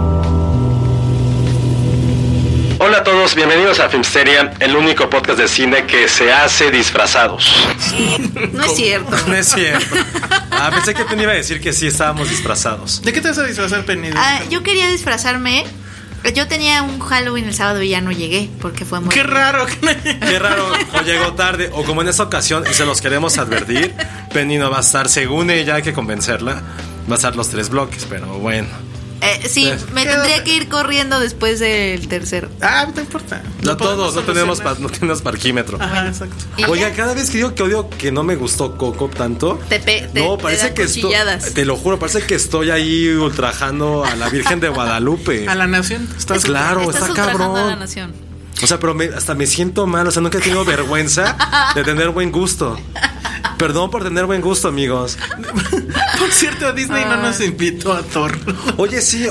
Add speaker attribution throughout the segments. Speaker 1: Hola a todos, bienvenidos a Filmsteria, el único podcast de cine que se hace disfrazados.
Speaker 2: No es cierto.
Speaker 3: No es cierto. Ah, pensé que te iba a decir que sí estábamos disfrazados. ¿De qué te vas a disfrazar, Penny?
Speaker 2: Ah, yo quería disfrazarme. Yo tenía un Halloween el sábado y ya no llegué porque fue muy.
Speaker 4: Qué raro.
Speaker 3: Qué raro, o llegó tarde, o como en esta ocasión, y se los queremos advertir, Penny no va a estar, según ella, hay que convencerla, va a estar los tres bloques, pero bueno.
Speaker 2: Eh, sí, me tendría que ir corriendo después del tercero.
Speaker 4: Ah, no importa.
Speaker 3: No,
Speaker 4: podemos
Speaker 3: todos, no tenemos, pa-
Speaker 4: solucionar.
Speaker 3: no tenemos parquímetro.
Speaker 4: Ajá, exacto.
Speaker 2: Y
Speaker 3: Oiga,
Speaker 2: ya.
Speaker 3: cada vez que digo que odio que no me gustó Coco tanto,
Speaker 2: Te pe- te-
Speaker 3: no,
Speaker 2: te
Speaker 3: parece
Speaker 2: da
Speaker 3: que estoy,
Speaker 2: cuchilladas.
Speaker 3: te lo juro, parece que estoy ahí ultrajando a la Virgen de Guadalupe.
Speaker 4: A la nación. Estás
Speaker 3: Claro,
Speaker 2: Estás
Speaker 3: está
Speaker 2: ultrajando
Speaker 3: cabrón.
Speaker 2: a la nación.
Speaker 3: O sea, pero me- hasta me siento mal. O sea, nunca he tenido vergüenza de tener buen gusto. Perdón por tener buen gusto, amigos.
Speaker 4: Por cierto, Disney no nos invitó a Thor. Ah,
Speaker 3: Oye, sí.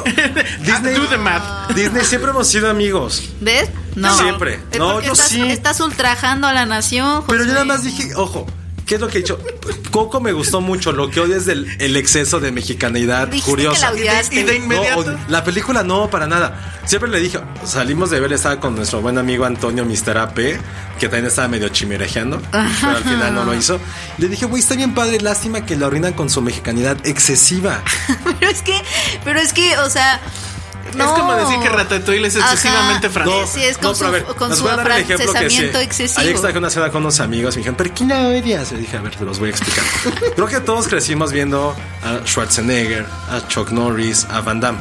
Speaker 3: Disney,
Speaker 4: Do the math.
Speaker 3: Disney siempre hemos sido amigos.
Speaker 2: ¿Ves? No.
Speaker 3: Siempre.
Speaker 2: Es
Speaker 3: No,
Speaker 2: porque
Speaker 3: yo
Speaker 2: estás,
Speaker 3: sí.
Speaker 2: Estás ultrajando a la nación.
Speaker 3: Pero yo
Speaker 2: Josué.
Speaker 3: nada más dije, ojo, ¿qué es lo que he dicho? Coco me gustó mucho. Lo que odio es del- el exceso de mexicanidad
Speaker 2: Dijiste que la
Speaker 3: curiosa.
Speaker 2: odiaste.
Speaker 4: Y de
Speaker 3: No,
Speaker 4: inmediato.
Speaker 3: o- la película no, para nada. Siempre le dije, salimos de ver, estaba con nuestro buen amigo Antonio Mister AP, que también estaba medio chimerejeando, pero al final no lo hizo. Le dije, güey, está bien padre, lástima que la orinan con su mexicanidad excesiva.
Speaker 2: pero es que, pero es que, o sea. No.
Speaker 4: Es como decir que Ratatouille es
Speaker 2: Ajá.
Speaker 4: excesivamente
Speaker 2: No,
Speaker 4: francés.
Speaker 2: sí, es con
Speaker 3: pero a
Speaker 2: su- con
Speaker 3: les
Speaker 2: su
Speaker 3: voy a dar el ejemplo que
Speaker 2: afrancesamiento
Speaker 3: sí.
Speaker 2: excesivo.
Speaker 3: Ayer estaba en una cena con unos amigos, me dijeron, ¿pero quién la odias? Y dije, a ver, te los voy a explicar. Creo que todos crecimos viendo a Schwarzenegger, a Chuck Norris, a Van Damme.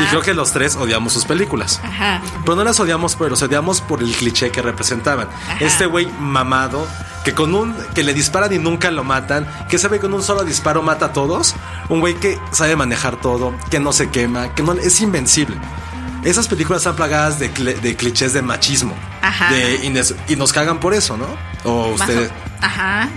Speaker 3: Y creo que los tres odiamos sus películas.
Speaker 2: Ajá.
Speaker 3: Pero no las odiamos, pero los odiamos por el cliché que representaban. Este güey mamado, que con un. que le disparan y nunca lo matan, que sabe que con un solo disparo mata a todos. Un güey que sabe manejar todo, que no se quema, que no es invencible. Esas películas están plagadas de, cli- de clichés de machismo.
Speaker 2: Ajá.
Speaker 3: de ines- y nos cagan por eso, ¿no? O
Speaker 2: Bajo-
Speaker 3: ustedes.
Speaker 2: Ajá.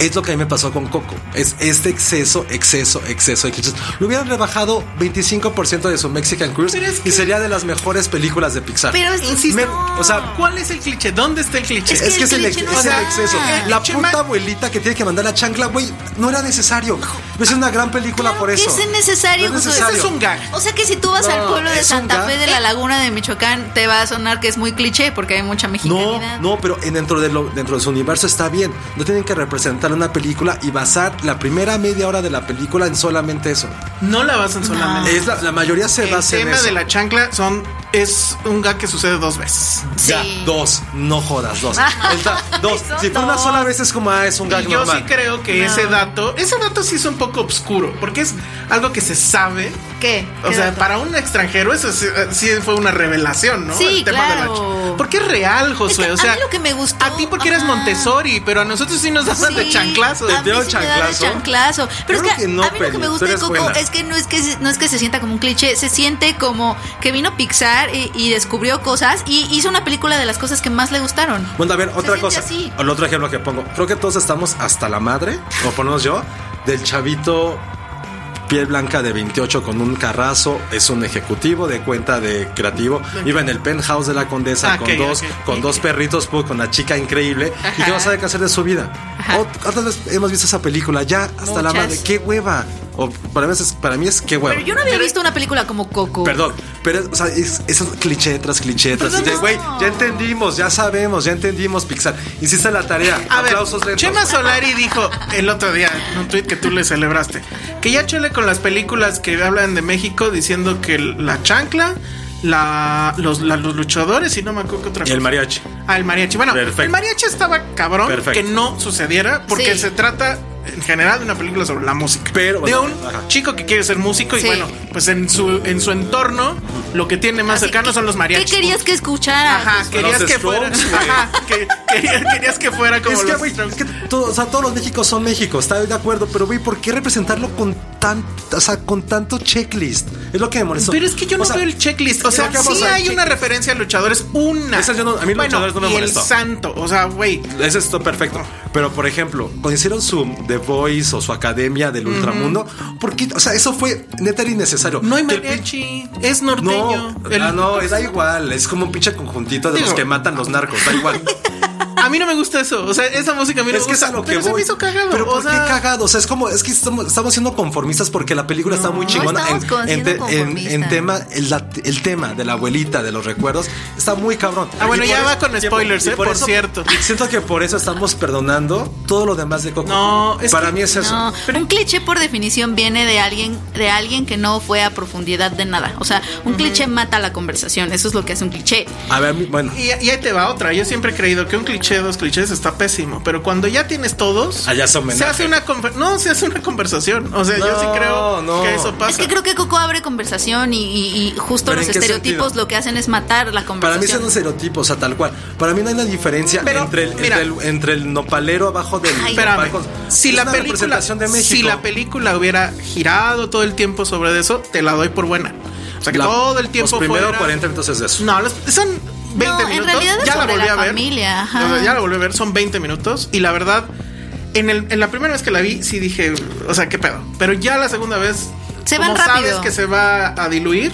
Speaker 3: Es lo que a mí me pasó con Coco. Es este exceso, exceso, exceso de clichés. Lo hubieran rebajado 25% de su Mexican Cruise
Speaker 4: Pero es
Speaker 3: y
Speaker 4: que-
Speaker 3: sería de las mejores películas de Pixar.
Speaker 2: Pero es-
Speaker 4: Insisto.
Speaker 3: Me- o sea,
Speaker 4: ¿Cuál es el cliché? ¿Dónde está el cliché?
Speaker 3: es, que es el, ex-
Speaker 2: cliché no
Speaker 3: es
Speaker 2: se
Speaker 3: el
Speaker 2: da.
Speaker 3: exceso.
Speaker 4: El
Speaker 3: La
Speaker 4: cliché
Speaker 3: puta
Speaker 4: ma-
Speaker 3: abuelita que tiene que mandar la chancla, güey, no era necesario. Es una gran película
Speaker 2: Claro
Speaker 3: por
Speaker 2: que
Speaker 3: eso.
Speaker 2: Es innecesario.
Speaker 3: No es
Speaker 2: Josué.
Speaker 3: necesario.
Speaker 4: Ese es un gag.
Speaker 2: O sea que si tú vas
Speaker 3: No,
Speaker 2: al pueblo de
Speaker 3: es un
Speaker 2: Santa
Speaker 3: gag.
Speaker 2: Fe de la Laguna de Michoacán, te va a sonar que es muy cliché porque hay mucha
Speaker 3: No,
Speaker 2: mexicanidad.
Speaker 3: no, pero en- dentro de, lo, dentro de su universo está bien. No tienen que representar una película y basar la primera media hora de la película en solamente eso.
Speaker 4: No la basan solamente.
Speaker 3: Es la, la mayoría se
Speaker 4: El
Speaker 3: basa en
Speaker 4: tema
Speaker 3: eso.
Speaker 4: de la chancla son es un gag que sucede dos veces.
Speaker 2: Sí.
Speaker 3: Ya, dos, no jodas, dos. El da- dos.
Speaker 2: Son
Speaker 3: Si fue una
Speaker 2: dos.
Speaker 3: sola vez es como, ah, es un gag
Speaker 4: Y yo
Speaker 3: normal.
Speaker 4: sí creo que ese dato, ese dato sí es un poco oscuro, porque es algo que se sabe.
Speaker 2: ¿Qué?
Speaker 4: O
Speaker 2: ¿Qué
Speaker 4: sea,
Speaker 2: dato?
Speaker 4: para un extranjero eso sí, eh, sí fue una revelación, ¿no?
Speaker 2: Sí,
Speaker 4: El tema de la
Speaker 2: claro.
Speaker 4: ch- porque es real, Josué.
Speaker 2: Es que
Speaker 4: o sea,
Speaker 2: a mí lo que me gustó,
Speaker 4: A ti porque eres
Speaker 2: ajá.
Speaker 4: Montessori, pero a nosotros sí nos daban de
Speaker 2: Sí,
Speaker 4: chanclazo.
Speaker 2: a mí
Speaker 3: dieron
Speaker 2: sí me da de
Speaker 3: chanclazo?
Speaker 2: chanclazo. Pero
Speaker 3: Creo
Speaker 2: es que,
Speaker 3: que no,
Speaker 2: a mí lo que
Speaker 3: Penny,
Speaker 2: me gusta
Speaker 3: tú
Speaker 2: de
Speaker 3: eres
Speaker 2: Coco
Speaker 3: buena.
Speaker 2: es que no es que se- no es que se sienta como un cliché, se siente como que vino Pixar y, y descubrió cosas y hizo una película de las cosas que más le gustaron.
Speaker 3: Bueno, a ver,
Speaker 2: Se
Speaker 3: otra
Speaker 2: siente
Speaker 3: cosa.
Speaker 2: así.
Speaker 3: El otro ejemplo que pongo. Creo que todos estamos hasta la madre, o ponemos yo, del chavito piel blanca de 28 con un carrazo, es un ejecutivo de cuenta de creativo, vive en el penthouse de la condesa
Speaker 4: Ah,
Speaker 3: con
Speaker 4: ok,
Speaker 3: dos,
Speaker 4: ok.
Speaker 3: con dos perritos, pues, con una chica increíble y que no sabe qué hacer de su vida. O- ¿Cuántas veces hemos visto esa película? Ya, hasta la
Speaker 2: Muchas.
Speaker 3: madre, qué hueva. O para, veces, para mí es qué hueva.
Speaker 2: Pero yo no había visto una película como Coco.
Speaker 3: Perdón, pero es, o sea, es, es un cliché tras cliché tras
Speaker 2: Perdón,
Speaker 3: cliché.
Speaker 2: no.
Speaker 3: Güey, ya entendimos, ya sabemos, ya entendimos, Pixar. Hiciste la tarea.
Speaker 4: A ver,
Speaker 3: Aplausos lentos.
Speaker 4: Chema Solari dijo el otro día en un tuit que tú le celebraste que ya chole con las películas que hablan de México diciendo que la chancla, la, los, la- los luchadores y no me acuerdo qué otra
Speaker 3: Y el
Speaker 4: cosa.
Speaker 3: mariachi.
Speaker 4: Ah, el mariachi. Bueno,
Speaker 3: Perfecto.
Speaker 4: el mariachi estaba cabrón
Speaker 3: Perfecto.
Speaker 4: que no sucediera porque
Speaker 2: Sí.
Speaker 4: se trata en general de una película sobre la música.
Speaker 3: Pero,
Speaker 4: de
Speaker 3: bueno,
Speaker 4: un
Speaker 3: ajá.
Speaker 4: chico que quiere ser músico y
Speaker 2: Sí.
Speaker 4: bueno, pues en su, en su entorno lo que tiene más
Speaker 2: Así
Speaker 4: cercano
Speaker 2: que-
Speaker 4: son los mariachis.
Speaker 2: ¿Qué querías que escuchara?
Speaker 4: Ajá, querías
Speaker 3: Los
Speaker 4: que fuera.
Speaker 3: Strokes, güey.
Speaker 4: Ajá, que- querías, querías que fuera como
Speaker 3: Es que,
Speaker 4: los
Speaker 3: güey,
Speaker 4: Strokes.
Speaker 3: es que todo- o sea, todos los Méxicos son México, estoy de acuerdo, pero güey, ¿por qué representarlo con tan, o sea, con tanto checklist? Es lo que me molestó.
Speaker 4: Pero es que yo
Speaker 3: O
Speaker 4: no
Speaker 3: sea,
Speaker 4: veo el checklist. O sea,
Speaker 3: ¿qué vamos
Speaker 4: sí
Speaker 3: a ver?
Speaker 4: hay una referencia a luchadores, una.
Speaker 3: Esa yo no- a mí los
Speaker 4: Bueno,
Speaker 3: luchadores no me
Speaker 4: y el
Speaker 3: molestó.
Speaker 4: santo, o sea, güey.
Speaker 3: Eso está perfecto. Pero, por ejemplo, cuando hicieron su The Voice o su academia del ultramundo, ¿por qué? O sea, eso fue neta era innecesario.
Speaker 4: No hay
Speaker 3: Que el
Speaker 4: mariachi, es norteño.
Speaker 3: No,
Speaker 4: El- pues
Speaker 3: ah, no, es da igual. Es como un pinche conjuntito de los
Speaker 4: Digo-
Speaker 3: que matan los narcos. Da igual.
Speaker 4: A mí no me gusta eso. O sea, esa música a mí no
Speaker 3: es
Speaker 4: me
Speaker 3: que es
Speaker 4: gusta.
Speaker 3: a lo que
Speaker 4: pero se
Speaker 3: voy.
Speaker 4: me hizo cagado.
Speaker 3: Pero
Speaker 4: o
Speaker 3: ¿por qué
Speaker 4: sea,
Speaker 3: cagado? O sea, es como, es que estamos, estamos siendo conformistas porque la película está muy chingona.
Speaker 2: estamos con-
Speaker 3: en,
Speaker 2: siendo
Speaker 3: en-
Speaker 2: conformistas.
Speaker 3: en tema, el, la- el tema de la abuelita, de los recuerdos, está muy cabrón.
Speaker 4: Ah, bueno,
Speaker 3: Y
Speaker 4: ya
Speaker 3: por
Speaker 4: va
Speaker 3: eso-
Speaker 4: con
Speaker 3: y
Speaker 4: spoilers,
Speaker 3: y
Speaker 4: eh, por
Speaker 3: eso-
Speaker 4: cierto.
Speaker 3: y siento que por eso estamos perdonando todo lo demás de Coco.
Speaker 4: No, es
Speaker 3: Para
Speaker 4: que-
Speaker 3: mí es eso.
Speaker 2: No, un cliché por definición viene de alguien de alguien que no fue a profundidad de nada. O sea, un cliché mata la conversación. Eso es lo que hace un cliché.
Speaker 3: A ver, mi- bueno.
Speaker 4: Y, y ahí te va otra. Yo siempre he creído que un cliché, dos clichés está pésimo. Pero cuando ya tienes todos,
Speaker 3: Ah, ya es
Speaker 4: se
Speaker 3: homenaje.
Speaker 4: hace una conver- no, se hace una conversación. O sea, yo sí
Speaker 3: No,
Speaker 4: creo
Speaker 3: no.
Speaker 4: que eso pasa.
Speaker 2: Es que creo que Coco abre conversación y, y- y justo
Speaker 3: ¿Pero
Speaker 2: los
Speaker 3: en qué
Speaker 2: estereotipos
Speaker 3: sentido?
Speaker 2: lo que hacen es matar la
Speaker 3: Para mí es
Speaker 2: conversación.
Speaker 3: un estereotipo, o sea, tal cual. Para mí no hay una diferencia
Speaker 4: Pero,
Speaker 3: entre, el,
Speaker 4: mira.
Speaker 3: entre, el, entre el nopalero abajo del.
Speaker 2: Ay,
Speaker 4: Espérame,
Speaker 3: nopal-
Speaker 4: si
Speaker 3: Es
Speaker 4: la
Speaker 3: una
Speaker 4: película
Speaker 3: representación de México.
Speaker 4: si la película hubiera girado todo el tiempo sobre eso, te la doy por buena. O sea que
Speaker 3: La- pues
Speaker 4: todo el tiempo
Speaker 3: Los primeros
Speaker 4: fuera-
Speaker 3: 40 minutos es de eso.
Speaker 4: No, los- son 20
Speaker 2: No, en
Speaker 4: minutos.
Speaker 2: realidad es
Speaker 4: ya la
Speaker 2: sobre
Speaker 4: volví
Speaker 2: la
Speaker 4: a ver.
Speaker 2: familia, ajá.
Speaker 4: O sea, Ya la volví a ver, son 20 minutos y la verdad en, el- en la primera vez que la vi sí dije, o sea, qué pedo. Pero ya la segunda vez
Speaker 2: Se van
Speaker 4: como sabes
Speaker 2: rápido.
Speaker 4: que se va a diluir.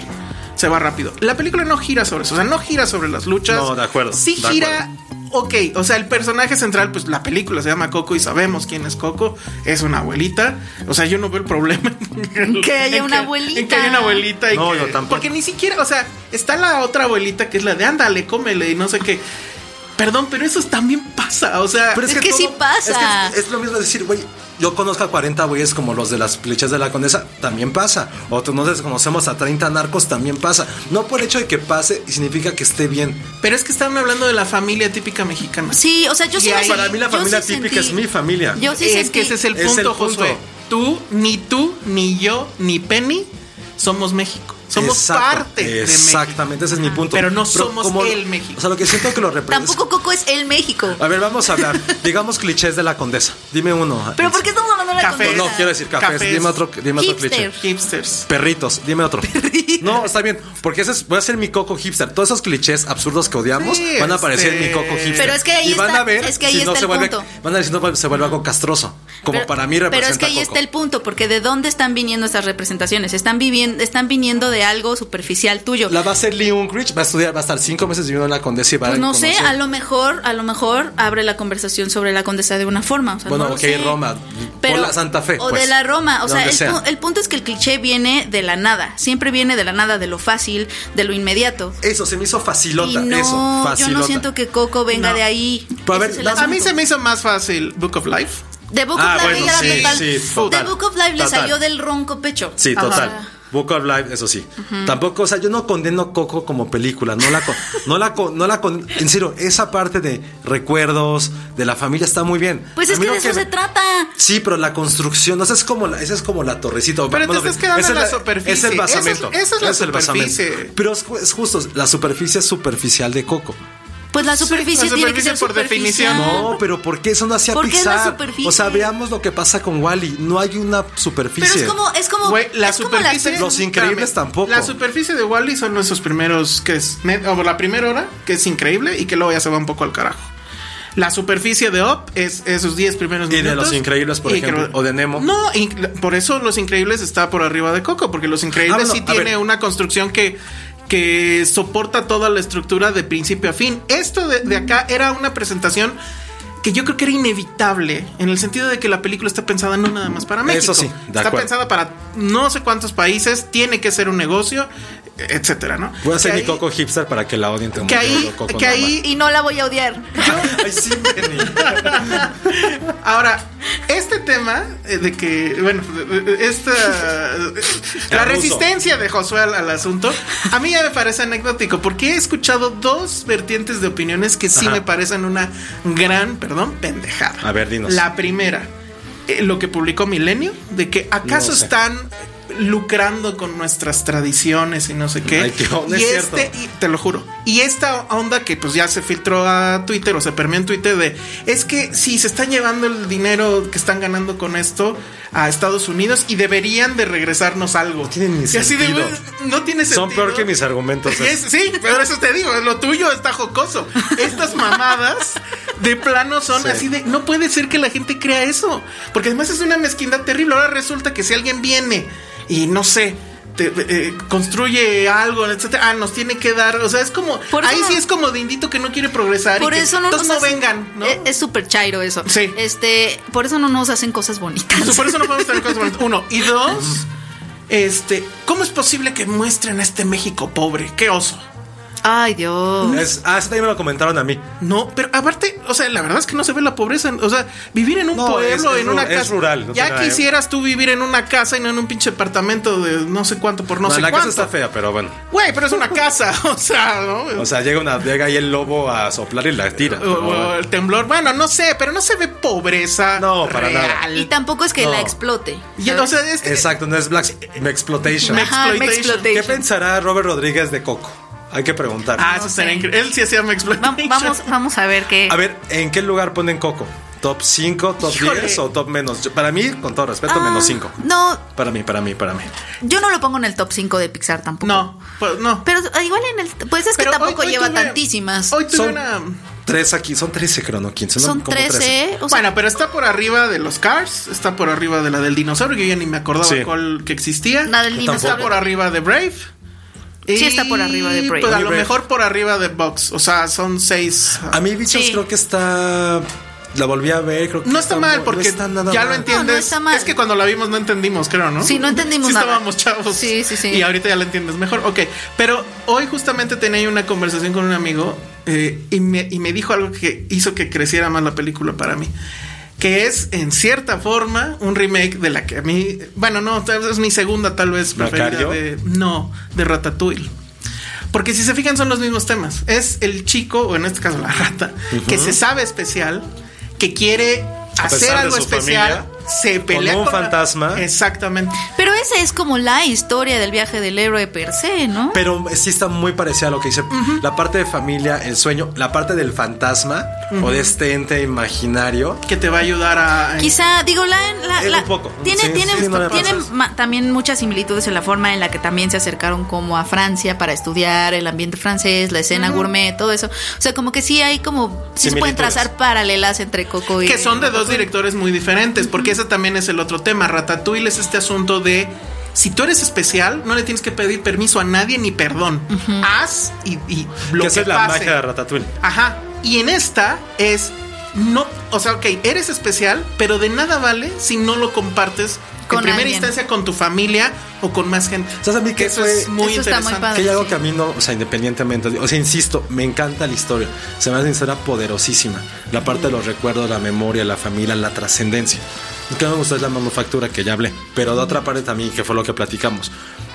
Speaker 4: Se va rápido. La película no gira sobre eso, o sea, no gira sobre las luchas.
Speaker 3: No, de acuerdo,
Speaker 4: Sí
Speaker 3: de
Speaker 4: gira
Speaker 3: acuerdo.
Speaker 4: Ok, o sea, el personaje central, pues la película se llama Coco y sabemos quién es Coco. Es una abuelita. O sea, yo no veo el problema en
Speaker 2: que haya una
Speaker 4: En que
Speaker 2: abuelita.
Speaker 4: haya una abuelita. y
Speaker 3: No,
Speaker 4: que-
Speaker 3: yo tampoco.
Speaker 4: Porque ni siquiera, o sea, está la otra abuelita que es la de ándale, cómele y no sé qué. Perdón, pero eso también pasa. O sea,
Speaker 3: Pero
Speaker 2: Es que sí pasa.
Speaker 3: Es, que es- es lo mismo decir, güey, yo conozco a 40 güeyes como los de las flechas de la condesa, también pasa. O tú no desconocemos a 30 narcos, también pasa. No por el hecho de que pase significa que esté bien.
Speaker 4: pero es que estaban hablando de la familia típica mexicana.
Speaker 2: Sí, o sea, yo sí
Speaker 4: Y
Speaker 2: me
Speaker 4: ahí-
Speaker 2: sentí-
Speaker 3: Para mí la
Speaker 2: yo
Speaker 3: familia
Speaker 2: sí
Speaker 3: típica
Speaker 2: sentí-
Speaker 3: es mi familia.
Speaker 2: Yo sí
Speaker 4: es
Speaker 2: sentí-
Speaker 4: que ese es el
Speaker 3: Es el
Speaker 4: punto,
Speaker 3: punto.
Speaker 4: Josué. Tú, ni tú, ni yo, ni Penny somos México. Somos
Speaker 3: Exacto,
Speaker 4: parte de México.
Speaker 3: Exactamente, ese es mi punto.
Speaker 4: Pero no somos el México.
Speaker 3: O sea, lo que siento que lo representa.
Speaker 2: Tampoco Coco es el México.
Speaker 3: A ver, vamos a hablar. Digamos clichés de la condesa. Dime uno.
Speaker 2: Pero ¿por qué estamos hablando de la
Speaker 4: Café.
Speaker 3: No,
Speaker 2: condesa?
Speaker 3: no, quiero decir cafés.
Speaker 4: Cafés.
Speaker 3: Dime otro, dime otro
Speaker 2: Hipster.
Speaker 3: cliché.
Speaker 4: Hipsters.
Speaker 3: Perritos, dime otro. No, está bien, porque ese es, voy a hacer mi coco hipster. Todos esos clichés absurdos que odiamos
Speaker 4: Sí,
Speaker 3: van a aparecer en mi
Speaker 4: este-
Speaker 3: coco hipster.
Speaker 2: Pero es que ahí
Speaker 3: y van
Speaker 2: está-
Speaker 3: a ver
Speaker 2: es que ahí
Speaker 3: si no
Speaker 2: está
Speaker 3: se
Speaker 2: el
Speaker 3: vuelve,
Speaker 2: punto.
Speaker 3: van a ver si no se vuelve algo castroso, como para mí representa
Speaker 2: Pero es que ahí
Speaker 3: coco.
Speaker 2: está el punto, porque de dónde están viniendo esas representaciones. Están, viviendo, están viniendo de algo superficial tuyo.
Speaker 3: La va a hacer Lee Unkrich, va a estudiar, va a estar cinco meses viviendo en la condesa y va
Speaker 2: Pues
Speaker 3: a
Speaker 2: no sé,
Speaker 3: conocer-
Speaker 2: a lo mejor, a lo mejor abre la conversación sobre la condesa de una forma. o sea,
Speaker 3: Bueno,
Speaker 2: no lo
Speaker 3: ok,
Speaker 2: sé.
Speaker 3: Roma, o la Santa Fe,
Speaker 2: O
Speaker 3: pues,
Speaker 2: de la Roma. O
Speaker 3: de
Speaker 2: sea,
Speaker 3: donde
Speaker 2: el,
Speaker 3: sea.
Speaker 2: pu- el punto es que el cliché viene de la nada. Siempre viene de la nada, de lo fácil, de lo inmediato.
Speaker 3: Eso se me hizo facilota,
Speaker 2: y no,
Speaker 3: eso, facilota.
Speaker 2: yo no siento que Coco venga
Speaker 4: No.
Speaker 2: de ahí.
Speaker 3: Pero a
Speaker 2: Ese
Speaker 3: ver,
Speaker 2: es el
Speaker 3: das-
Speaker 4: A mí
Speaker 2: asunto.
Speaker 4: se me hizo más fácil Book of Life.
Speaker 2: The Book
Speaker 3: Ah,
Speaker 2: of Live
Speaker 3: bueno,
Speaker 2: era
Speaker 3: sí,
Speaker 2: total.
Speaker 3: sí, total,
Speaker 2: The Book of Live le
Speaker 3: total.
Speaker 2: salió del ronco pecho.
Speaker 3: Sí,
Speaker 2: Ajá.
Speaker 3: total. Book of Life, eso sí. Tampoco, o sea, yo no condeno Coco como película, no la con- no la con- no la con- en serio, esa parte de recuerdos de la familia está muy bien.
Speaker 2: Pues
Speaker 3: A
Speaker 2: es
Speaker 3: mí
Speaker 2: que de
Speaker 3: lo
Speaker 2: eso se trata.
Speaker 3: Sí, pero la construcción, no sé, es como la, esa es como la torrecita.
Speaker 4: Pero te
Speaker 3: Bueno,
Speaker 4: estás quedando
Speaker 3: esa
Speaker 4: en la
Speaker 3: es
Speaker 4: superficie.
Speaker 3: Es
Speaker 4: Esa
Speaker 3: el
Speaker 4: es-
Speaker 3: basamento.
Speaker 4: esa es la
Speaker 3: el basamento.
Speaker 4: superficie.
Speaker 3: Pero es, ju- es justo, la superficie es superficial de Coco.
Speaker 2: Pues la superficie,
Speaker 4: la
Speaker 2: tiene que
Speaker 4: superficie
Speaker 2: ser
Speaker 4: por definición.
Speaker 2: superficial.
Speaker 3: No, pero ¿por qué eso no hacía
Speaker 2: ¿Por qué es la
Speaker 3: Pixar?
Speaker 2: superficie?
Speaker 3: O sea, veamos lo que pasa con Wally. No hay una
Speaker 2: Pero
Speaker 3: superficie.
Speaker 2: es como, es como,
Speaker 4: Güey, la
Speaker 2: es como las
Speaker 4: superficie.
Speaker 2: tres-
Speaker 3: Los Increíbles
Speaker 4: espérame,
Speaker 3: tampoco.
Speaker 4: La superficie de Wally son esos primeros que es. net- O la primera hora, que es increíble y que luego ya se va un poco al carajo. La superficie de Up es esos 10 primeros
Speaker 3: Y de
Speaker 4: minutos.
Speaker 3: Los Increíbles, por
Speaker 4: Y
Speaker 3: ejemplo, o de Nemo.
Speaker 4: No, inc- por eso Los Increíbles está por arriba de Coco, porque Los Increíbles
Speaker 3: Ah, bueno,
Speaker 4: sí
Speaker 3: a
Speaker 4: tiene
Speaker 3: ver.
Speaker 4: una construcción que que soporta toda la estructura de principio a fin. Esto de, de acá era una presentación que yo creo que era inevitable, en el sentido de que la película está pensada no nada más para México.
Speaker 3: Eso sí, de
Speaker 4: está
Speaker 3: acuerdo.
Speaker 4: pensada para no sé cuántos países, tiene que ser un negocio, etcétera, ¿no?
Speaker 3: Voy a hacer
Speaker 4: Que
Speaker 3: mi
Speaker 4: ahí-
Speaker 3: coco hipster para que la odien. te
Speaker 4: que
Speaker 3: muero,
Speaker 4: ahí,
Speaker 3: Coco
Speaker 4: que
Speaker 3: Normal.
Speaker 4: ahí
Speaker 2: Y no la voy a odiar.
Speaker 3: Ay, sí, Penny.
Speaker 4: Ahora, este tema eh, de que, bueno, eh, esta. la
Speaker 3: ruso.
Speaker 4: resistencia de Josué al, al asunto, a mí ya me parece anecdótico, porque he escuchado dos vertientes de opiniones que sí
Speaker 3: Ajá.
Speaker 4: me parecen una gran, perdón, pendejada.
Speaker 3: A ver, dinos.
Speaker 4: La primera, eh, lo que publicó Milenio, de que acaso
Speaker 3: No sé.
Speaker 4: están lucrando con nuestras tradiciones y no sé qué.
Speaker 3: Ay, qué onda,
Speaker 4: y
Speaker 3: es
Speaker 4: este,
Speaker 3: cierto.
Speaker 4: y- te lo juro. Y esta onda que pues ya se filtró a Twitter o se permeó en Twitter de es que si se están llevando el dinero que están ganando con esto a Estados Unidos y deberían de regresarnos algo.
Speaker 3: tiene ni
Speaker 4: y así de,
Speaker 3: sentido.
Speaker 4: "Güey, no tiene sentido.
Speaker 3: Son peor que mis argumentos. ¿eh?
Speaker 4: Es- sí, pero eso te digo, lo tuyo está jocoso. Estas mamadas de plano son
Speaker 3: Sí.
Speaker 4: así de, no puede ser que la gente crea eso, porque además es una mezquindad terrible. Ahora resulta que si alguien viene y no sé, te- te- eh, construye algo, etcétera, ah, nos tiene que dar, o sea, es como,
Speaker 2: Por eso
Speaker 4: ahí
Speaker 2: no-
Speaker 4: sí es como de indito que no quiere progresar. y
Speaker 2: Por
Speaker 4: que-
Speaker 2: eso no
Speaker 4: entonces
Speaker 2: nos
Speaker 4: no
Speaker 2: hacen-
Speaker 4: vengan, ¿no?
Speaker 2: Es es súper chairo eso.
Speaker 4: Sí.
Speaker 2: Este, por eso no nos hacen cosas
Speaker 4: Entonces,
Speaker 2: bonitas.
Speaker 4: por eso no podemos tener cosas bonitas. Uno. Y dos, este, ¿cómo es posible que muestren a este México pobre? ¡Qué oso!
Speaker 2: Ay, Dios.
Speaker 3: Es- ah, eso también me lo comentaron a mí.
Speaker 4: No, pero aparte, o sea, la verdad es que no se ve la pobreza. O sea, vivir en un
Speaker 3: No,
Speaker 4: pueblo,
Speaker 3: es- es
Speaker 4: en
Speaker 3: ru-
Speaker 4: una
Speaker 3: es
Speaker 4: casa.
Speaker 3: rural, no tiene
Speaker 4: ya
Speaker 3: nada de-
Speaker 4: quisieras tú vivir en una casa y no en un pinche apartamento de no sé cuánto por no,
Speaker 3: No,
Speaker 4: sé
Speaker 3: la
Speaker 4: cuánto.
Speaker 3: casa está fea, pero bueno.
Speaker 4: Güey, pero es una casa, o sea, ¿no?
Speaker 3: O sea, llega una llega ahí el lobo a soplar y la tira.
Speaker 4: O-
Speaker 3: pero
Speaker 4: o
Speaker 3: bueno.
Speaker 4: el temblor, bueno, no sé, pero no se ve pobreza.
Speaker 3: No, para
Speaker 4: real.
Speaker 3: nada.
Speaker 2: Y tampoco es que
Speaker 3: No.
Speaker 2: la explote.
Speaker 4: Y, o sea, este-
Speaker 3: Exacto, no es Black me Exploitation.
Speaker 2: Ajá,
Speaker 4: Exploitation.
Speaker 2: Mexploitation.
Speaker 3: ¿Qué pensará Robert Rodríguez de Coco? Hay que preguntar.
Speaker 4: Ah, eso
Speaker 2: No
Speaker 4: sería
Speaker 2: sé.
Speaker 4: increíble. Él sí hacía me
Speaker 2: Va- Vamos, vamos a ver qué.
Speaker 3: A ver, ¿en qué lugar ponen Coco? ¿Top 5, top
Speaker 4: Híjole.
Speaker 3: 10 o top menos? Yo- para mí, con todo respeto,
Speaker 2: Ah,
Speaker 3: menos 5.
Speaker 2: No,
Speaker 3: Para mí, para mí, para mí.
Speaker 2: yo no lo pongo en el top 5 de Pixar tampoco.
Speaker 4: No, pues no.
Speaker 2: Pero ah, igual en el. Pues es que
Speaker 4: Pero
Speaker 2: tampoco
Speaker 4: hoy- hoy
Speaker 2: lleva
Speaker 4: tuve-
Speaker 2: tantísimas.
Speaker 4: Hoy tuve
Speaker 3: Son
Speaker 4: una.
Speaker 3: Tres aquí, son 13, creo, no 15. ¿no?
Speaker 2: Son
Speaker 3: Como
Speaker 2: 13. O sea,
Speaker 4: bueno, pero está por arriba de los Cars, está por arriba de la del dinosaurio, que yo ya ni me acordaba
Speaker 3: Sí.
Speaker 4: cuál que existía.
Speaker 2: La del
Speaker 4: Está
Speaker 3: Yo tampoco.
Speaker 4: por
Speaker 2: dinosaurio.
Speaker 4: arriba de Brave.
Speaker 2: Sí, está por arriba de Brave.
Speaker 4: Pues a
Speaker 3: Y
Speaker 4: lo
Speaker 3: Brave.
Speaker 4: mejor por arriba de Box. O sea, son seis.
Speaker 3: A mí, bichos,
Speaker 2: Sí.
Speaker 3: creo que está. La volví a ver, creo que
Speaker 4: No está mal
Speaker 3: bu-
Speaker 4: porque
Speaker 3: no está nada
Speaker 4: ya lo
Speaker 3: mal.
Speaker 4: entiendes.
Speaker 2: Ah, No, no está mal.
Speaker 4: Es que cuando la vimos no entendimos, creo, ¿no?
Speaker 2: Sí, no entendimos
Speaker 4: Sí
Speaker 2: nada.
Speaker 4: estábamos chavos.
Speaker 2: Sí, sí, sí.
Speaker 4: Y ahorita ya la entiendes mejor. Ok, pero hoy justamente tenía una conversación con un amigo eh, y, me, y me dijo algo que hizo que creciera más la película para mí. Que es, en cierta forma, un remake de la que a mí... Bueno, no, tal vez es mi segunda tal vez preferida
Speaker 3: ¿Macario?
Speaker 4: de... No, de Ratatouille. Porque si se fijan son los mismos temas. Es el chico, o en este caso la rata, que se sabe especial, que quiere
Speaker 3: A
Speaker 4: hacer
Speaker 3: pesar de
Speaker 4: algo
Speaker 3: su
Speaker 4: especial,
Speaker 3: familia,
Speaker 4: se pelea
Speaker 3: con un
Speaker 4: la-
Speaker 3: fantasma.
Speaker 4: Exactamente.
Speaker 2: Pero esa es como la historia del viaje del héroe per se, ¿no?
Speaker 3: Pero sí está muy parecida a lo que dice la parte de familia, el sueño, la parte del fantasma o de este ente imaginario.
Speaker 4: Que te va a ayudar a...
Speaker 2: Quizá, digo, la, la-
Speaker 3: Eh, un
Speaker 2: la-
Speaker 3: poco.
Speaker 2: tiene,
Speaker 3: Sí,
Speaker 2: tiene,
Speaker 3: sí, no le
Speaker 2: tiene
Speaker 3: pasas.
Speaker 2: ma- también muchas similitudes en la forma en la que también se acercaron como a Francia para estudiar el ambiente francés, la escena gourmet, todo eso. O sea, como que sí hay como, sí se pueden
Speaker 3: Similitudes.
Speaker 2: trazar paralelas entre Coco y...
Speaker 4: Que son de dos directores muy diferentes, porque ese también es el otro tema. Ratatouille es este asunto de... Si tú eres especial, no le tienes que pedir permiso a nadie ni perdón. Haz y, y Ah, lo
Speaker 3: que
Speaker 4: que,
Speaker 3: esa es la
Speaker 4: pase.
Speaker 3: magia de Ratatouille.
Speaker 4: Ajá. Y en esta es no, o sea, ok, eres especial, pero de nada vale si no lo compartes
Speaker 2: Con
Speaker 4: en primera
Speaker 2: alguien.
Speaker 4: instancia con tu familia o con más gente.
Speaker 3: ¿Sabes a mí qué
Speaker 4: eso
Speaker 3: fue?
Speaker 4: es muy
Speaker 2: Eso está muy
Speaker 4: interesante.
Speaker 2: padre.
Speaker 3: Que hay algo
Speaker 2: sí.
Speaker 3: que a mí no, o sea, independientemente, o sea, insisto, me encanta la historia. Se me hace una historia poderosísima. La parte de los recuerdos, la memoria, la familia, la trascendencia. Lo que no me gustó es la manufactura que ya hablé, pero de otra parte también, que fue lo que platicamos.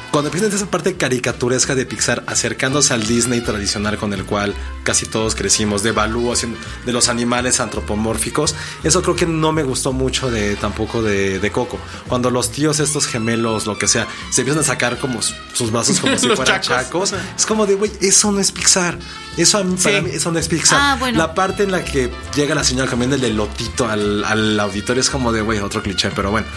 Speaker 3: Cuando empiezan esa parte caricaturesca de Pixar acercándose al Disney tradicional con el cual casi todos crecimos, de Baloo, haciendo- de los animales antropomórficos, eso creo que no me gustó mucho de tampoco de, de Coco. Cuando los tíos, estos gemelos, lo que sea, se empiezan a sacar como su- sus vasos como si
Speaker 4: Los
Speaker 3: fueran
Speaker 4: chacos.
Speaker 3: chacos, es como de, güey, eso no es Pixar. Eso a mí, para mí, eso no es Pixar.
Speaker 2: Ah, bueno.
Speaker 3: La parte en la que llega la señora comiendo el elotito al, al auditorio es como de, güey, otro cliché, pero bueno.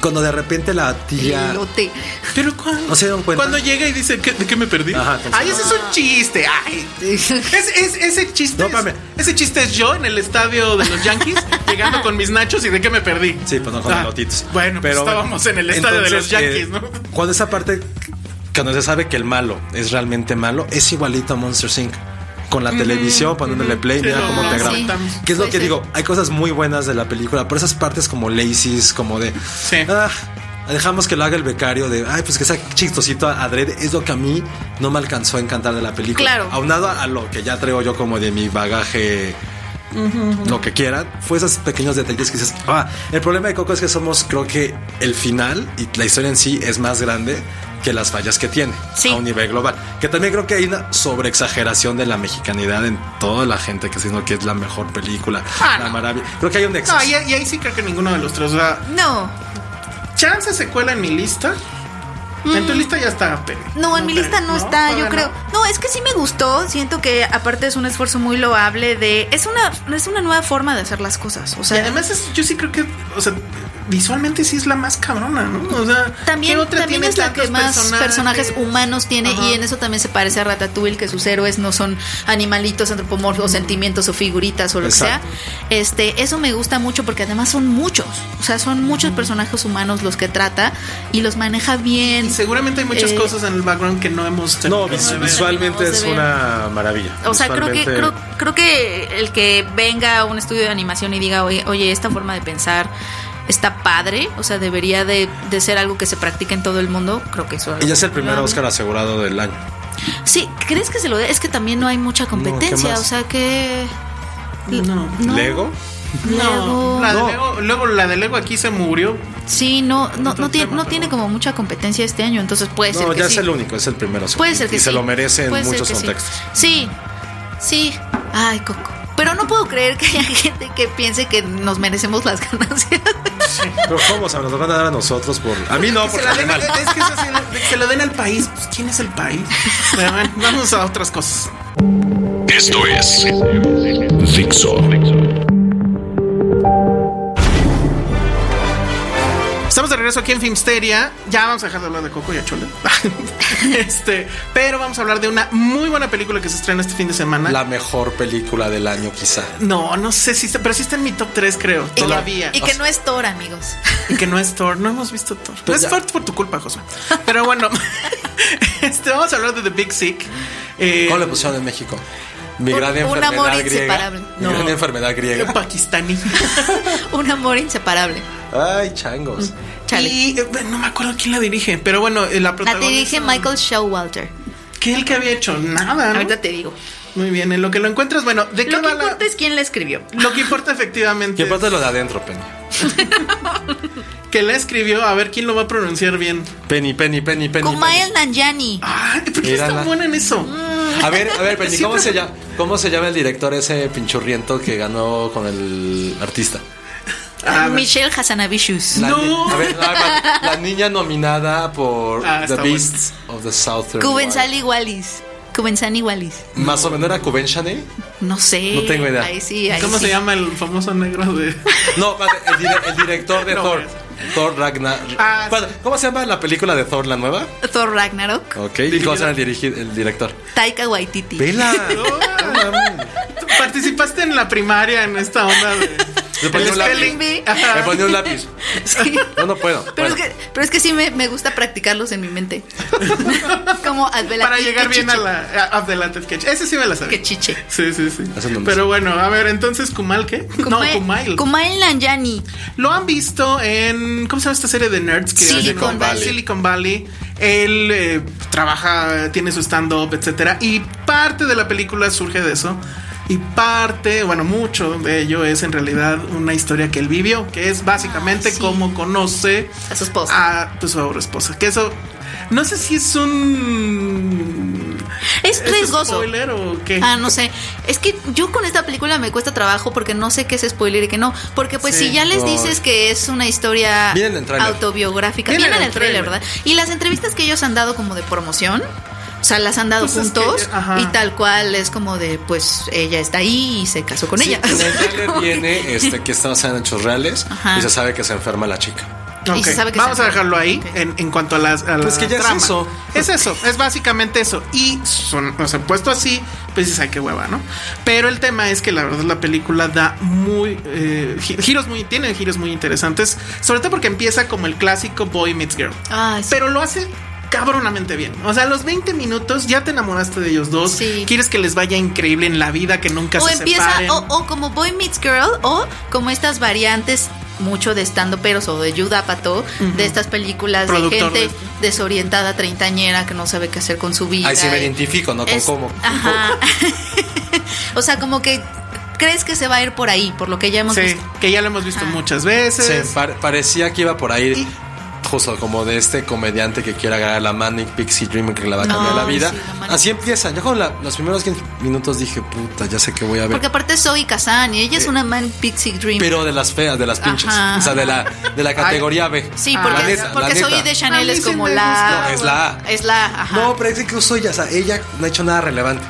Speaker 3: Cuando de repente la tía.
Speaker 2: Elote.
Speaker 4: Pero cuando,
Speaker 3: ¿No se dieron cuenta?
Speaker 4: cuando llega y dice, ¿qué- ¿de qué me perdí?
Speaker 3: Ajá, entonces-
Speaker 4: ay, ese es un chiste. Ay, es, es- ese chiste.
Speaker 3: No,
Speaker 4: es-
Speaker 3: espérame.
Speaker 4: ese chiste es yo en el estadio de los Yankees llegando con mis nachos y de qué me perdí.
Speaker 3: Sí, pues no con
Speaker 4: Ah,
Speaker 3: elotitos.
Speaker 4: Bueno, pues estábamos en el estadio
Speaker 3: entonces,
Speaker 4: de los Yankees,
Speaker 3: eh,
Speaker 4: ¿no?
Speaker 3: Cuando esa parte, cuando se sabe que el malo es realmente malo, es igualito a Monster Inc. Con la televisión, poniéndole play,
Speaker 4: Sí,
Speaker 3: mira
Speaker 4: no,
Speaker 3: cómo
Speaker 4: no,
Speaker 3: te graba.
Speaker 4: sí.
Speaker 3: Que es lo
Speaker 2: Sí,
Speaker 3: que
Speaker 2: sí.
Speaker 3: digo, hay cosas muy buenas de la película, pero esas partes como lazy's, como de.
Speaker 4: Sí.
Speaker 3: "Ah, Dejamos que lo haga el becario de, ay, pues que sea chistosito adrede, es lo que a mí no me alcanzó a encantar de la película.
Speaker 2: Claro.
Speaker 3: Aunado a lo que ya traigo yo como de mi bagaje lo que quieran, fue esos pequeños detalles que dices, ah, el problema de Coco es que somos, creo que el final y la historia en sí es más grande que las fallas que tiene
Speaker 2: Sí.
Speaker 3: a un nivel global. Que también creo que hay una sobreexageración de la mexicanidad en toda la gente que diciendo que es la mejor película,
Speaker 4: Ah,
Speaker 3: la
Speaker 4: no.
Speaker 3: maravilla. Creo que hay un exceso.
Speaker 4: No, y, y ahí sí creo que ninguno de los tres. O sea,
Speaker 2: No,
Speaker 4: chance se cuela en mi lista. En tu lista ya está, Penny.
Speaker 2: no, en mi
Speaker 4: te-
Speaker 2: lista no, está, yo
Speaker 4: Todavía
Speaker 2: creo.
Speaker 4: no.
Speaker 2: No, es que sí me gustó. Siento que aparte es un esfuerzo muy loable de. Es una, es una nueva forma de hacer las cosas. O
Speaker 4: Y
Speaker 2: sea,
Speaker 4: además, es- yo sí creo que, o sea, visualmente sí es la más cabrona, ¿no? O sea,
Speaker 2: También,
Speaker 4: ¿qué otra
Speaker 2: también
Speaker 4: tiene
Speaker 2: es la que
Speaker 4: tantos
Speaker 2: más personajes, humanos tiene
Speaker 4: Ajá.
Speaker 2: y en eso también se parece a Ratatouille, que sus héroes no son animalitos antropomorfos, sentimientos o figuritas o lo
Speaker 3: Exacto.
Speaker 2: que sea. Este, eso me gusta mucho porque además son muchos, o sea, son muchos personajes humanos los que trata y los maneja bien.
Speaker 4: Y seguramente hay muchas
Speaker 2: Eh,
Speaker 4: cosas en el background que no hemos
Speaker 3: No,
Speaker 4: tenido.
Speaker 3: visu-
Speaker 4: que ver.
Speaker 3: visualmente
Speaker 2: No se
Speaker 3: es
Speaker 2: ve.
Speaker 3: una maravilla.
Speaker 2: O sea, creo que,
Speaker 3: Visualmente-
Speaker 2: creo, creo que el que venga a un estudio de animación y diga, oye, oye, esta forma de pensar está padre, o sea, debería de, de ser algo que se practique en todo el mundo, creo que eso
Speaker 3: Y ya es el primer
Speaker 2: Oscar
Speaker 3: Oscar asegurado del año.
Speaker 2: Sí, ¿crees que se lo dé? Es que también no hay mucha competencia,
Speaker 3: más?
Speaker 2: o sea que...
Speaker 4: No.
Speaker 2: No,
Speaker 3: Lego.
Speaker 2: Lego.
Speaker 4: No, la de Lego- luego la de Lego aquí se murió.
Speaker 2: Sí, no, no, no,
Speaker 4: Entonces,
Speaker 2: tiene, no
Speaker 4: mátalo.
Speaker 2: tiene como mucha competencia este año, entonces puede ser
Speaker 3: No,
Speaker 2: que
Speaker 3: ya
Speaker 2: sí.
Speaker 3: es el único, es el primer Oscar.
Speaker 2: Puede ser que
Speaker 3: y se
Speaker 2: sí.
Speaker 3: lo merece en
Speaker 2: Puede ser
Speaker 3: muchos
Speaker 2: que sí.
Speaker 3: contextos.
Speaker 2: Sí. sí, Ay, Coco. Pero no puedo creer que haya gente que piense que nos merecemos las ganancias.
Speaker 3: Pero ¿cómo? O sea, nos lo van a dar a nosotros por... A mí no,
Speaker 4: Que se,
Speaker 3: porque
Speaker 4: la den,
Speaker 3: mal.
Speaker 4: es que es así, de que se lo den al país. Pues, ¿Quién es el país? Pero bueno, vamos a otras cosas.
Speaker 5: Esto es Dixo.
Speaker 4: Estamos de regreso aquí en Filmsteria. Ya vamos a dejar de hablar de Coco y Achole. este, pero vamos a hablar de una muy buena película que se estrena este fin de semana.
Speaker 3: La mejor película del año, quizá.
Speaker 4: No, no sé si está, pero sí está en mi top 3, creo.
Speaker 2: Y que-
Speaker 4: Todavía.
Speaker 2: Y que no es Thor, amigos.
Speaker 4: Y que no es Thor, no hemos visto Thor. No
Speaker 3: Pues
Speaker 4: es
Speaker 3: ya.
Speaker 4: Thor por tu culpa, José. Pero bueno, este, vamos a hablar de The Big Sick. Eh,
Speaker 3: ¿Cómo le pusieron en México? Mi
Speaker 2: Un-
Speaker 3: gran
Speaker 2: un
Speaker 3: enfermedad
Speaker 2: amor
Speaker 3: griega.
Speaker 2: inseparable.
Speaker 3: Mi gran
Speaker 4: No.
Speaker 3: enfermedad
Speaker 4: eh,
Speaker 3: griega.
Speaker 4: pakistaní.
Speaker 2: Un amor inseparable.
Speaker 3: Ay, changos.
Speaker 2: Chale.
Speaker 4: Y eh, no me acuerdo quién la dirige, pero bueno, eh, la
Speaker 2: La
Speaker 4: protagonista.
Speaker 2: te dije Michael Showalter.
Speaker 4: ¿Qué el que había hecho? Nada. ¿no?
Speaker 2: Ahorita te digo.
Speaker 4: Muy bien, en lo que lo encuentras, bueno, ¿de qué
Speaker 2: Lo que
Speaker 4: va la-
Speaker 2: importa es quién la escribió.
Speaker 3: Ah,
Speaker 4: Lo que importa efectivamente.
Speaker 3: ¿Qué pasa lo de adentro, Penny?
Speaker 4: es Que la escribió, a ver quién lo va a pronunciar bien.
Speaker 3: Penny, Penny, Penny, Penny.
Speaker 2: Kumail Nanjiani.
Speaker 4: Ay, ¿por qué es
Speaker 3: Mírala.
Speaker 4: tan buena en eso?
Speaker 3: Penny. A ver, a ver, Penny, ¿cómo
Speaker 4: Siempre-
Speaker 3: se, llama, ¿cómo se llama el director ese pinchurriento que ganó con el artista?
Speaker 4: Ah,
Speaker 2: Michelle Hassanavicius.
Speaker 3: La
Speaker 4: No.
Speaker 3: ni- a ver, la, la niña nominada por
Speaker 4: Ah,
Speaker 3: The
Speaker 4: está bueno.
Speaker 3: Beasts of the Southern
Speaker 2: Cubensali Wallis. Cubensani Wallis.
Speaker 3: Wild. Más o menos era Cuben Chanel.
Speaker 2: No sé.
Speaker 3: No tengo idea.
Speaker 2: Ahí sí, ahí
Speaker 4: ¿Cómo
Speaker 2: sí.
Speaker 4: se llama el famoso negro de.?
Speaker 3: No, espérate, el, dire- el director de
Speaker 4: No,
Speaker 3: Thor.
Speaker 4: es-
Speaker 3: Thor Ragnar.
Speaker 4: Ah,
Speaker 3: Espérate, ¿Cómo se llama la película de Thor, la nueva?
Speaker 2: Thor Ragnarok.
Speaker 3: Ok, ¿y cómo se llama el, dirigi- el director?
Speaker 2: Taika Waititi.
Speaker 3: Vela.
Speaker 4: Tú Participaste en la primaria en esta onda de.
Speaker 3: Le ponía
Speaker 4: el
Speaker 3: un lápiz.
Speaker 4: spelling bee. Ajá.
Speaker 3: Me ponía un lápiz.
Speaker 2: Sí.
Speaker 3: No, no puedo.
Speaker 2: Pero, es
Speaker 3: Bueno.
Speaker 2: que, pero es que sí me, me gusta practicarlos en mi mente. Como Advela.
Speaker 4: Para llegar
Speaker 2: que
Speaker 4: bien a
Speaker 2: chiche,
Speaker 4: la. A, a Ah, The Latin Sketch. Ese sí me la
Speaker 2: Que
Speaker 4: sabía.
Speaker 2: chiche.
Speaker 4: Sí, sí, sí.
Speaker 3: Eso no me sé.
Speaker 4: Pero bueno, a ver, entonces, ¿Kumal qué? no, Kumail.
Speaker 2: Kumail Nanjiani.
Speaker 4: Lo han visto en. ¿Cómo se llama esta serie de nerds? Que
Speaker 2: Silicon
Speaker 4: hacen-
Speaker 2: Valley.
Speaker 4: Silicon Valley. Él eh, trabaja, tiene su stand-up, etcétera. Y parte de la película surge de eso. Y parte, bueno, mucho de ello es en realidad una historia que él vivió, que es básicamente
Speaker 2: sí.
Speaker 4: cómo conoce
Speaker 2: A su esposa.
Speaker 4: A pues, su ahora esposa. Que eso. No sé si es un.
Speaker 2: Es
Speaker 4: ¿es
Speaker 2: riesgoso.
Speaker 4: spoiler o qué?
Speaker 2: Ah, no sé. Es que yo con esta película me cuesta trabajo porque no sé qué es spoiler y qué no. Porque pues
Speaker 4: Sí.
Speaker 2: si ya les dices que es una historia
Speaker 3: Viene en el tráiler.
Speaker 2: autobiográfica,
Speaker 4: Viene
Speaker 2: viene,
Speaker 4: en
Speaker 2: en
Speaker 4: el
Speaker 2: el trailer,
Speaker 4: tráiler.
Speaker 2: ¿verdad? Y las entrevistas que ellos han dado como de promoción. O sea, las han dado
Speaker 4: Pues es que,
Speaker 2: juntos
Speaker 4: ajá.
Speaker 2: y tal cual es como de, pues ella está ahí y se casó con
Speaker 3: Sí,
Speaker 2: ella.
Speaker 3: En el trailer
Speaker 2: Como que-
Speaker 3: viene este, que está basada en hechos reales
Speaker 2: Ajá.
Speaker 3: y se sabe que se enferma la chica.
Speaker 2: Y
Speaker 4: Ok,
Speaker 2: se sabe que
Speaker 4: Vamos
Speaker 2: se
Speaker 4: a
Speaker 2: acaba.
Speaker 4: dejarlo ahí Eh, en, en cuanto a las. a la
Speaker 3: Pues que ya es
Speaker 4: trama.
Speaker 3: eso.
Speaker 4: Es eso, es básicamente eso. Y son, o sea, puesto así, pues dices, ay, qué hueva, ¿no? Pero el tema es que la verdad la película da muy. eh, gi- giros muy. Tiene giros muy interesantes. Sobre todo porque empieza como el clásico Boy Meets Girl.
Speaker 2: Ay, Ah, sí.
Speaker 4: Pero lo hace cabronamente bien. O sea, a los 20 minutos ya te enamoraste de ellos dos.
Speaker 2: Sí.
Speaker 4: Quieres que les vaya increíble en la vida, que nunca
Speaker 2: o
Speaker 4: se
Speaker 2: empieza
Speaker 4: separen.
Speaker 2: o, o como Boy Meets Girl o como estas variantes mucho de estando peros o de Judah Pato de estas películas
Speaker 4: Productor
Speaker 2: de
Speaker 4: de
Speaker 2: gente
Speaker 4: esto.
Speaker 2: desorientada treintañera que no sabe qué hacer con su vida.
Speaker 3: Ahí sí me
Speaker 2: y-
Speaker 3: identifico, ¿no? Con
Speaker 2: es-
Speaker 3: cómo.
Speaker 2: Ajá. o sea, como que crees que se va a ir por ahí, por lo que ya hemos
Speaker 4: Sí,
Speaker 2: visto.
Speaker 4: que ya lo hemos visto
Speaker 2: Ah.
Speaker 4: muchas veces.
Speaker 3: Sí, pare- parecía que iba por ahí. Justo como de este comediante que quiere agarrar la Manic Pixie Dream que le va a cambiar
Speaker 2: No,
Speaker 3: la vida.
Speaker 2: sí, la Manic
Speaker 3: Así empieza. Yo con la- los primeros 15 minutos dije, puta, ya sé que voy a ver. Eh.
Speaker 2: Porque aparte soy Kazan y ella es una man pixie dream.
Speaker 3: Pero de las feas, de las pinches.
Speaker 2: Ajá.
Speaker 3: O sea, de la, de la categoría B.
Speaker 2: sí, porque,
Speaker 3: Ah. La neta,
Speaker 2: porque
Speaker 3: la
Speaker 2: soy
Speaker 3: neta.
Speaker 2: de Chanel
Speaker 4: A
Speaker 2: es
Speaker 4: mí sí
Speaker 2: como
Speaker 4: me
Speaker 2: la
Speaker 4: gusta.
Speaker 3: No, es la A.
Speaker 2: es la ajá.
Speaker 3: No, pero es que incluso ella, o sea, ella no ha hecho nada relevante.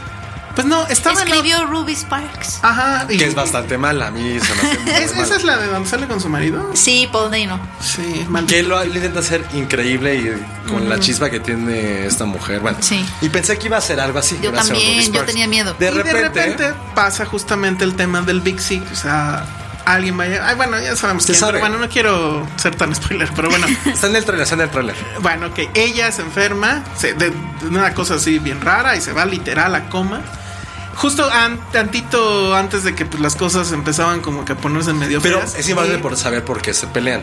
Speaker 4: Pues no, estaba en la-
Speaker 2: Escribió Ruby Sparks.
Speaker 4: Ajá. y-
Speaker 3: Que es bastante mala. A mí se me hace muy
Speaker 4: ¿Es-
Speaker 3: mala.
Speaker 4: ¿Esa es la de donde sale con su marido?
Speaker 2: Sí, Paul Dano.
Speaker 4: Sí, maldito.
Speaker 3: Que lo, lo intenta hacer increíble y con
Speaker 4: Mm.
Speaker 3: la chispa que tiene esta mujer. Bueno,
Speaker 2: Sí.
Speaker 3: y pensé que iba a ser algo así.
Speaker 2: Yo
Speaker 3: gracias a
Speaker 2: también,
Speaker 3: Ruby
Speaker 2: yo
Speaker 3: Sparks.
Speaker 2: tenía miedo.
Speaker 3: De
Speaker 4: y
Speaker 3: repente,
Speaker 4: de repente pasa justamente el tema del Big Six. O sea, alguien vaya. Ay, bueno, ya sabemos
Speaker 3: Se
Speaker 4: quién,
Speaker 3: sabe.
Speaker 4: pero bueno, no quiero ser tan spoiler, pero bueno.
Speaker 3: está en el trailer, está en el trailer.
Speaker 4: bueno, que ella se enferma se- de, de una cosa así bien rara y se va literal a coma. Justo an- tantito antes de que pues, las cosas empezaban como que a ponerse medio
Speaker 3: Pero
Speaker 4: feas.
Speaker 3: es invaluable
Speaker 4: Y-
Speaker 3: por saber por qué se pelean.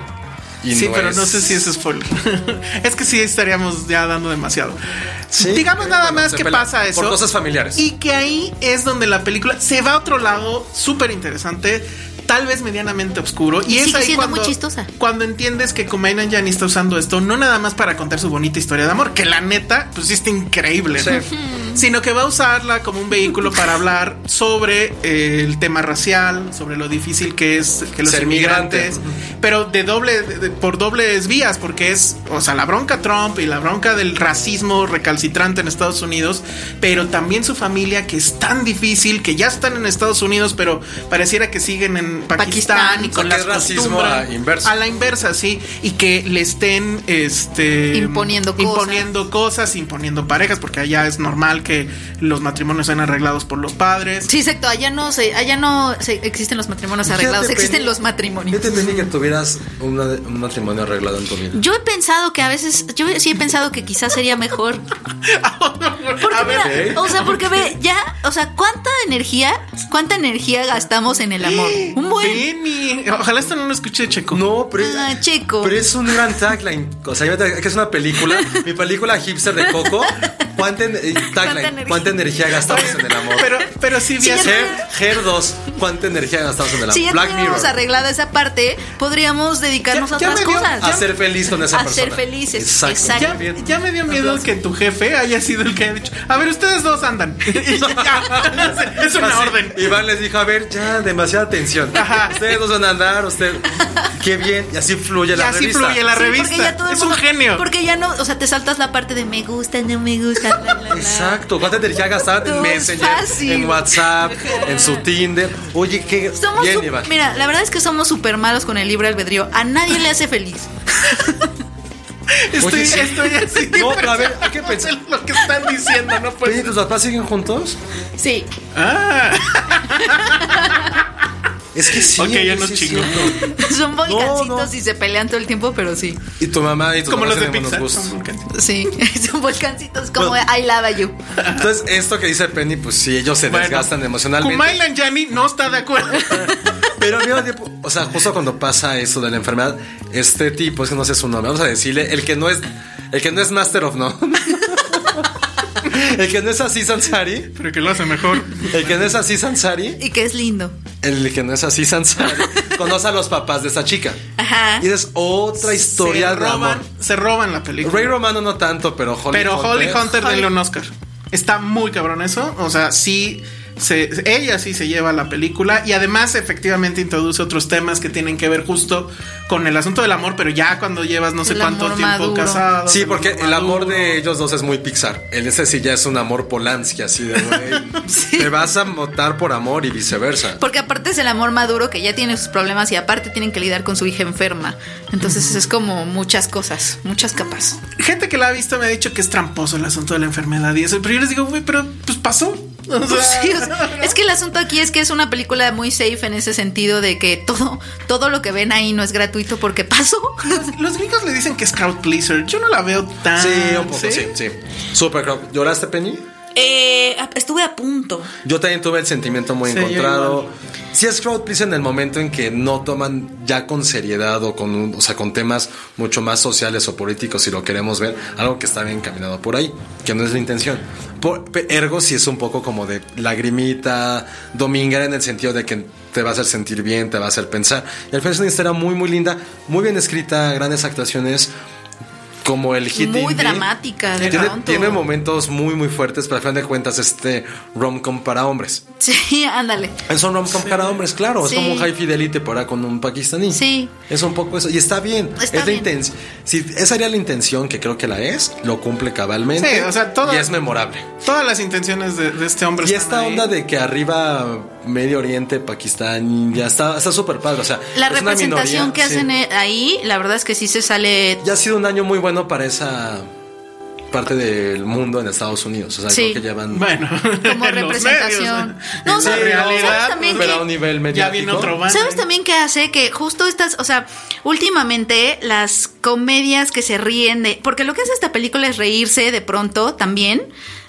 Speaker 3: Y
Speaker 4: Sí, pero
Speaker 3: es-
Speaker 4: no sé si es spoiler. es que sí estaríamos ya dando demasiado.
Speaker 3: Sí,
Speaker 4: Digamos
Speaker 3: eh,
Speaker 4: nada
Speaker 3: bueno,
Speaker 4: más
Speaker 3: se
Speaker 4: que
Speaker 3: pela-
Speaker 4: pasa eso.
Speaker 3: por cosas familiares.
Speaker 4: Y que ahí es donde la película se va a otro lado súper interesante, tal vez medianamente oscuro. Y,
Speaker 2: Y
Speaker 4: es
Speaker 2: sigue
Speaker 4: ahí
Speaker 2: siendo
Speaker 4: cuando,
Speaker 2: muy chistosa.
Speaker 4: Cuando entiendes que Kumail Nanjiani está usando esto, no nada más para contar su bonita historia de amor, que la neta, pues sí está increíble, ¿no? sino que va a usarla como un vehículo para hablar sobre eh, el tema racial, sobre lo difícil que es que los
Speaker 3: Ser migrante.
Speaker 4: inmigrantes, pero de doble, de- de- por dobles vías, porque es, o sea, la bronca Trump y la bronca del racismo recalcitrante en Estados Unidos, pero también su familia que es tan difícil, que ya están en Estados Unidos, pero pareciera que siguen en Pakistán,
Speaker 2: Pakistán.
Speaker 4: y
Speaker 3: O
Speaker 4: con las
Speaker 3: sea, que es racismo
Speaker 4: costumbres.
Speaker 3: a inversa.
Speaker 4: A la inversa, sí, y que le estén, este,
Speaker 2: Imponiendo cosas.
Speaker 4: imponiendo cosas, imponiendo parejas, porque allá es normal que los matrimonios sean arreglados por los padres.
Speaker 2: Sí, exacto. Allá no se, allá no se- existen los matrimonios arreglados,
Speaker 3: Fíjate,
Speaker 2: existen
Speaker 3: Penny,
Speaker 2: los matrimonios.
Speaker 3: Yo te pedí que tuvieras una- un matrimonio arreglado en tu vida.
Speaker 2: Yo he pensado que a veces, yo sí he pensado que quizás sería mejor. Porque
Speaker 4: A ver, ¿eh?
Speaker 2: mira, o sea, porque ve, ya, o sea, cuánta energía, cuánta energía gastamos en el amor. Un buen.
Speaker 4: Penny, ojalá esto no lo escuche Checo.
Speaker 3: No, pero,
Speaker 2: Ah, Checo.
Speaker 3: pero es un gran tagline. O sea, imagínate que es una película, mi película hipster de Coco. ¿Cuánta, en- eh, tagline,
Speaker 2: ¿Cuánta
Speaker 3: ¿Cuánta,
Speaker 2: energía?
Speaker 3: energía? gastamos en el amor?
Speaker 4: Pero, pero sí, vi
Speaker 2: Sí,
Speaker 4: hace-
Speaker 3: Her, Her 2, ¿cuánta energía gastamos en el amor?
Speaker 2: Si ya
Speaker 3: Black
Speaker 2: tuviéramos
Speaker 3: Mirror.
Speaker 2: arreglada esa parte, podríamos dedicarnos
Speaker 4: Ya-
Speaker 2: a
Speaker 4: ya
Speaker 2: otras
Speaker 4: me dio-
Speaker 2: cosas.
Speaker 3: A ser feliz con esa
Speaker 2: A
Speaker 3: persona.
Speaker 2: ser felices, exacto.
Speaker 4: Ya,
Speaker 3: muy bien.
Speaker 4: ya me dio miedo que tu jefe haya sido el que haya dicho, a ver, ustedes dos andan. Y ya, es una
Speaker 3: Así,
Speaker 4: orden.
Speaker 3: Iván les dijo, a ver, ya, demasiada tensión. Ustedes dos van a andar, usted. Qué bien. Y así fluye
Speaker 4: Y
Speaker 3: la
Speaker 4: así
Speaker 3: revista.
Speaker 4: fluye la
Speaker 2: Sí, porque ya todo
Speaker 4: revista.
Speaker 2: el
Speaker 4: Es un
Speaker 2: mundo-
Speaker 4: genio.
Speaker 2: Porque ya no, o sea, te saltas la parte de me gusta, no me gusta. la, la, la.
Speaker 3: Exacto, ¿cuánta energía gastar
Speaker 2: Todo
Speaker 3: en
Speaker 2: es
Speaker 3: Messenger,
Speaker 2: fácil.
Speaker 3: en WhatsApp, en su Tinder? Oye, qué
Speaker 2: Somos
Speaker 3: bien,
Speaker 2: sup-
Speaker 3: Iván.
Speaker 2: mira, la verdad es que somos súper malos con el libre albedrío. A nadie le hace feliz.
Speaker 4: Estoy,
Speaker 3: Oye, sí.
Speaker 4: estoy así.
Speaker 3: No, pero a ver, hay que pensar.
Speaker 4: en lo que están diciendo, no
Speaker 3: Oye, ¿y
Speaker 4: puede
Speaker 3: ¿tus papás siguen juntos?
Speaker 2: Sí.
Speaker 3: Es que sí.
Speaker 4: Ok, ya
Speaker 3: oye,
Speaker 4: no
Speaker 3: sí es
Speaker 4: chingo.
Speaker 3: cierto.
Speaker 2: Son volcancitos
Speaker 3: no.
Speaker 2: y se pelean todo el tiempo, pero sí.
Speaker 3: Y tu mamá y tu
Speaker 4: Como
Speaker 3: mamá
Speaker 4: los de
Speaker 3: tienen buenos
Speaker 4: Pixar.
Speaker 3: gustos.
Speaker 2: Sí. Son volcancitos como
Speaker 3: Bueno.
Speaker 2: I love you.
Speaker 3: Entonces, esto que dice Penny, pues sí, ellos se
Speaker 4: Bueno,
Speaker 3: desgastan emocionalmente.
Speaker 4: Kumail Nanjiani no está de acuerdo.
Speaker 3: Pero al mismo tiempo, o sea, justo cuando pasa eso de la enfermedad, este tipo, es que no sé su nombre, vamos a decirle, el que no es, el que no es Master of No. el que no es así Sansari,
Speaker 4: Pero que lo hace mejor.
Speaker 3: el que no es así Sansari,
Speaker 2: Y que es lindo.
Speaker 3: el que no es así Sansari, conoce a los papás de esa chica.
Speaker 2: Ajá.
Speaker 3: Y es otra historia
Speaker 4: se
Speaker 3: de
Speaker 4: roban,
Speaker 3: amor.
Speaker 4: se roban la película.
Speaker 3: Rey Romano no tanto, pero Holly
Speaker 4: pero
Speaker 3: Hunter.
Speaker 4: Holly Hunter
Speaker 2: Holly-
Speaker 4: denle un Oscar. Está muy cabrón eso. O sea, sí se- ella sí se lleva la película y además efectivamente introduce otros temas que tienen que ver justo con el asunto del amor, pero ya cuando llevas no sé
Speaker 2: El
Speaker 4: cuánto
Speaker 2: amor
Speaker 4: tiempo
Speaker 2: maduro.
Speaker 4: casado.
Speaker 3: Sí, porque el amor de ellos dos es muy Pixar. El ese sí ya es un amor Polanski, así de güey. Te vas a votar por amor y viceversa.
Speaker 2: Porque aparte es el amor maduro que ya tiene sus problemas y aparte tienen que lidar con su hija enferma. Entonces es como muchas cosas, muchas capas.
Speaker 4: Gente que la ha visto me ha dicho que es tramposo el asunto de la enfermedad y eso, pero yo les digo, güey, pero pues pasó. O sea,
Speaker 2: Pues sí, o sea, es que el asunto aquí es que es una película muy safe en ese sentido de que todo, todo lo que ven ahí no es gratuito porque pasó.
Speaker 4: los, los gringos le dicen que es crowd pleaser. Yo no la veo tan.
Speaker 3: Sí, un poco, sí, sí. Super crop. ¿Lloraste, Penny?
Speaker 6: Eh, a- estuve a punto.
Speaker 3: Yo también tuve el sentimiento muy
Speaker 4: Sí, yo
Speaker 3: encontrado. Si es crowd please en el momento en que no toman ya con seriedad o con, un- o sea, con temas mucho más sociales o políticos, si lo queremos ver, algo que está bien caminado por ahí, que no es la intención. Por, pe- ergo, si es un poco como de lagrimita, dominguera en el sentido de que te va a hacer sentir bien, te va a hacer pensar. Y al final es una historia muy, muy linda, muy bien escrita, grandes actuaciones. Como el hit
Speaker 2: Muy
Speaker 3: indie.
Speaker 2: dramática, de
Speaker 3: tiene,
Speaker 2: pronto.
Speaker 3: tiene momentos muy, muy fuertes, pero al final de cuentas, este rom-com para hombres.
Speaker 2: Sí, ándale.
Speaker 3: Es un rom-com para hombres, claro.
Speaker 2: Sí.
Speaker 3: Es como un high fidelity para con un pakistaní.
Speaker 2: Sí.
Speaker 3: Es un poco eso. Y está bien.
Speaker 2: Está
Speaker 3: es la
Speaker 2: bien.
Speaker 3: intención. Si esa sería la intención, que creo que la es, lo cumple cabalmente.
Speaker 4: Sí, o sea, todo-
Speaker 3: Y es memorable.
Speaker 4: Todas las intenciones de, de este hombre
Speaker 3: Y
Speaker 4: están
Speaker 3: esta
Speaker 4: ahí.
Speaker 3: onda de que arriba Medio Oriente, Pakistán, India, está está súper padre. O sea,
Speaker 2: La
Speaker 3: es una
Speaker 2: representación
Speaker 3: minoría,
Speaker 2: que
Speaker 3: sí.
Speaker 2: hacen eh, ahí, la verdad es que sí se sale
Speaker 3: Ya ha sido un año muy bueno para esa parte del mundo en Estados Unidos. O sea,
Speaker 2: Sí.
Speaker 3: creo que llevan.
Speaker 4: Bueno,
Speaker 2: como
Speaker 4: en los
Speaker 2: representación.
Speaker 4: medios, ¿eh? En
Speaker 2: No, no,
Speaker 4: la
Speaker 2: pero ¿sabes
Speaker 4: realidad,
Speaker 2: también
Speaker 3: pero
Speaker 2: que-
Speaker 3: a un nivel
Speaker 4: ya
Speaker 3: mediático.
Speaker 4: viene otro bando.
Speaker 2: ¿Sabes también qué hace? Que justo estas, o sea, últimamente las comedias que se ríen de... Porque lo que hace esta película es reírse de pronto también,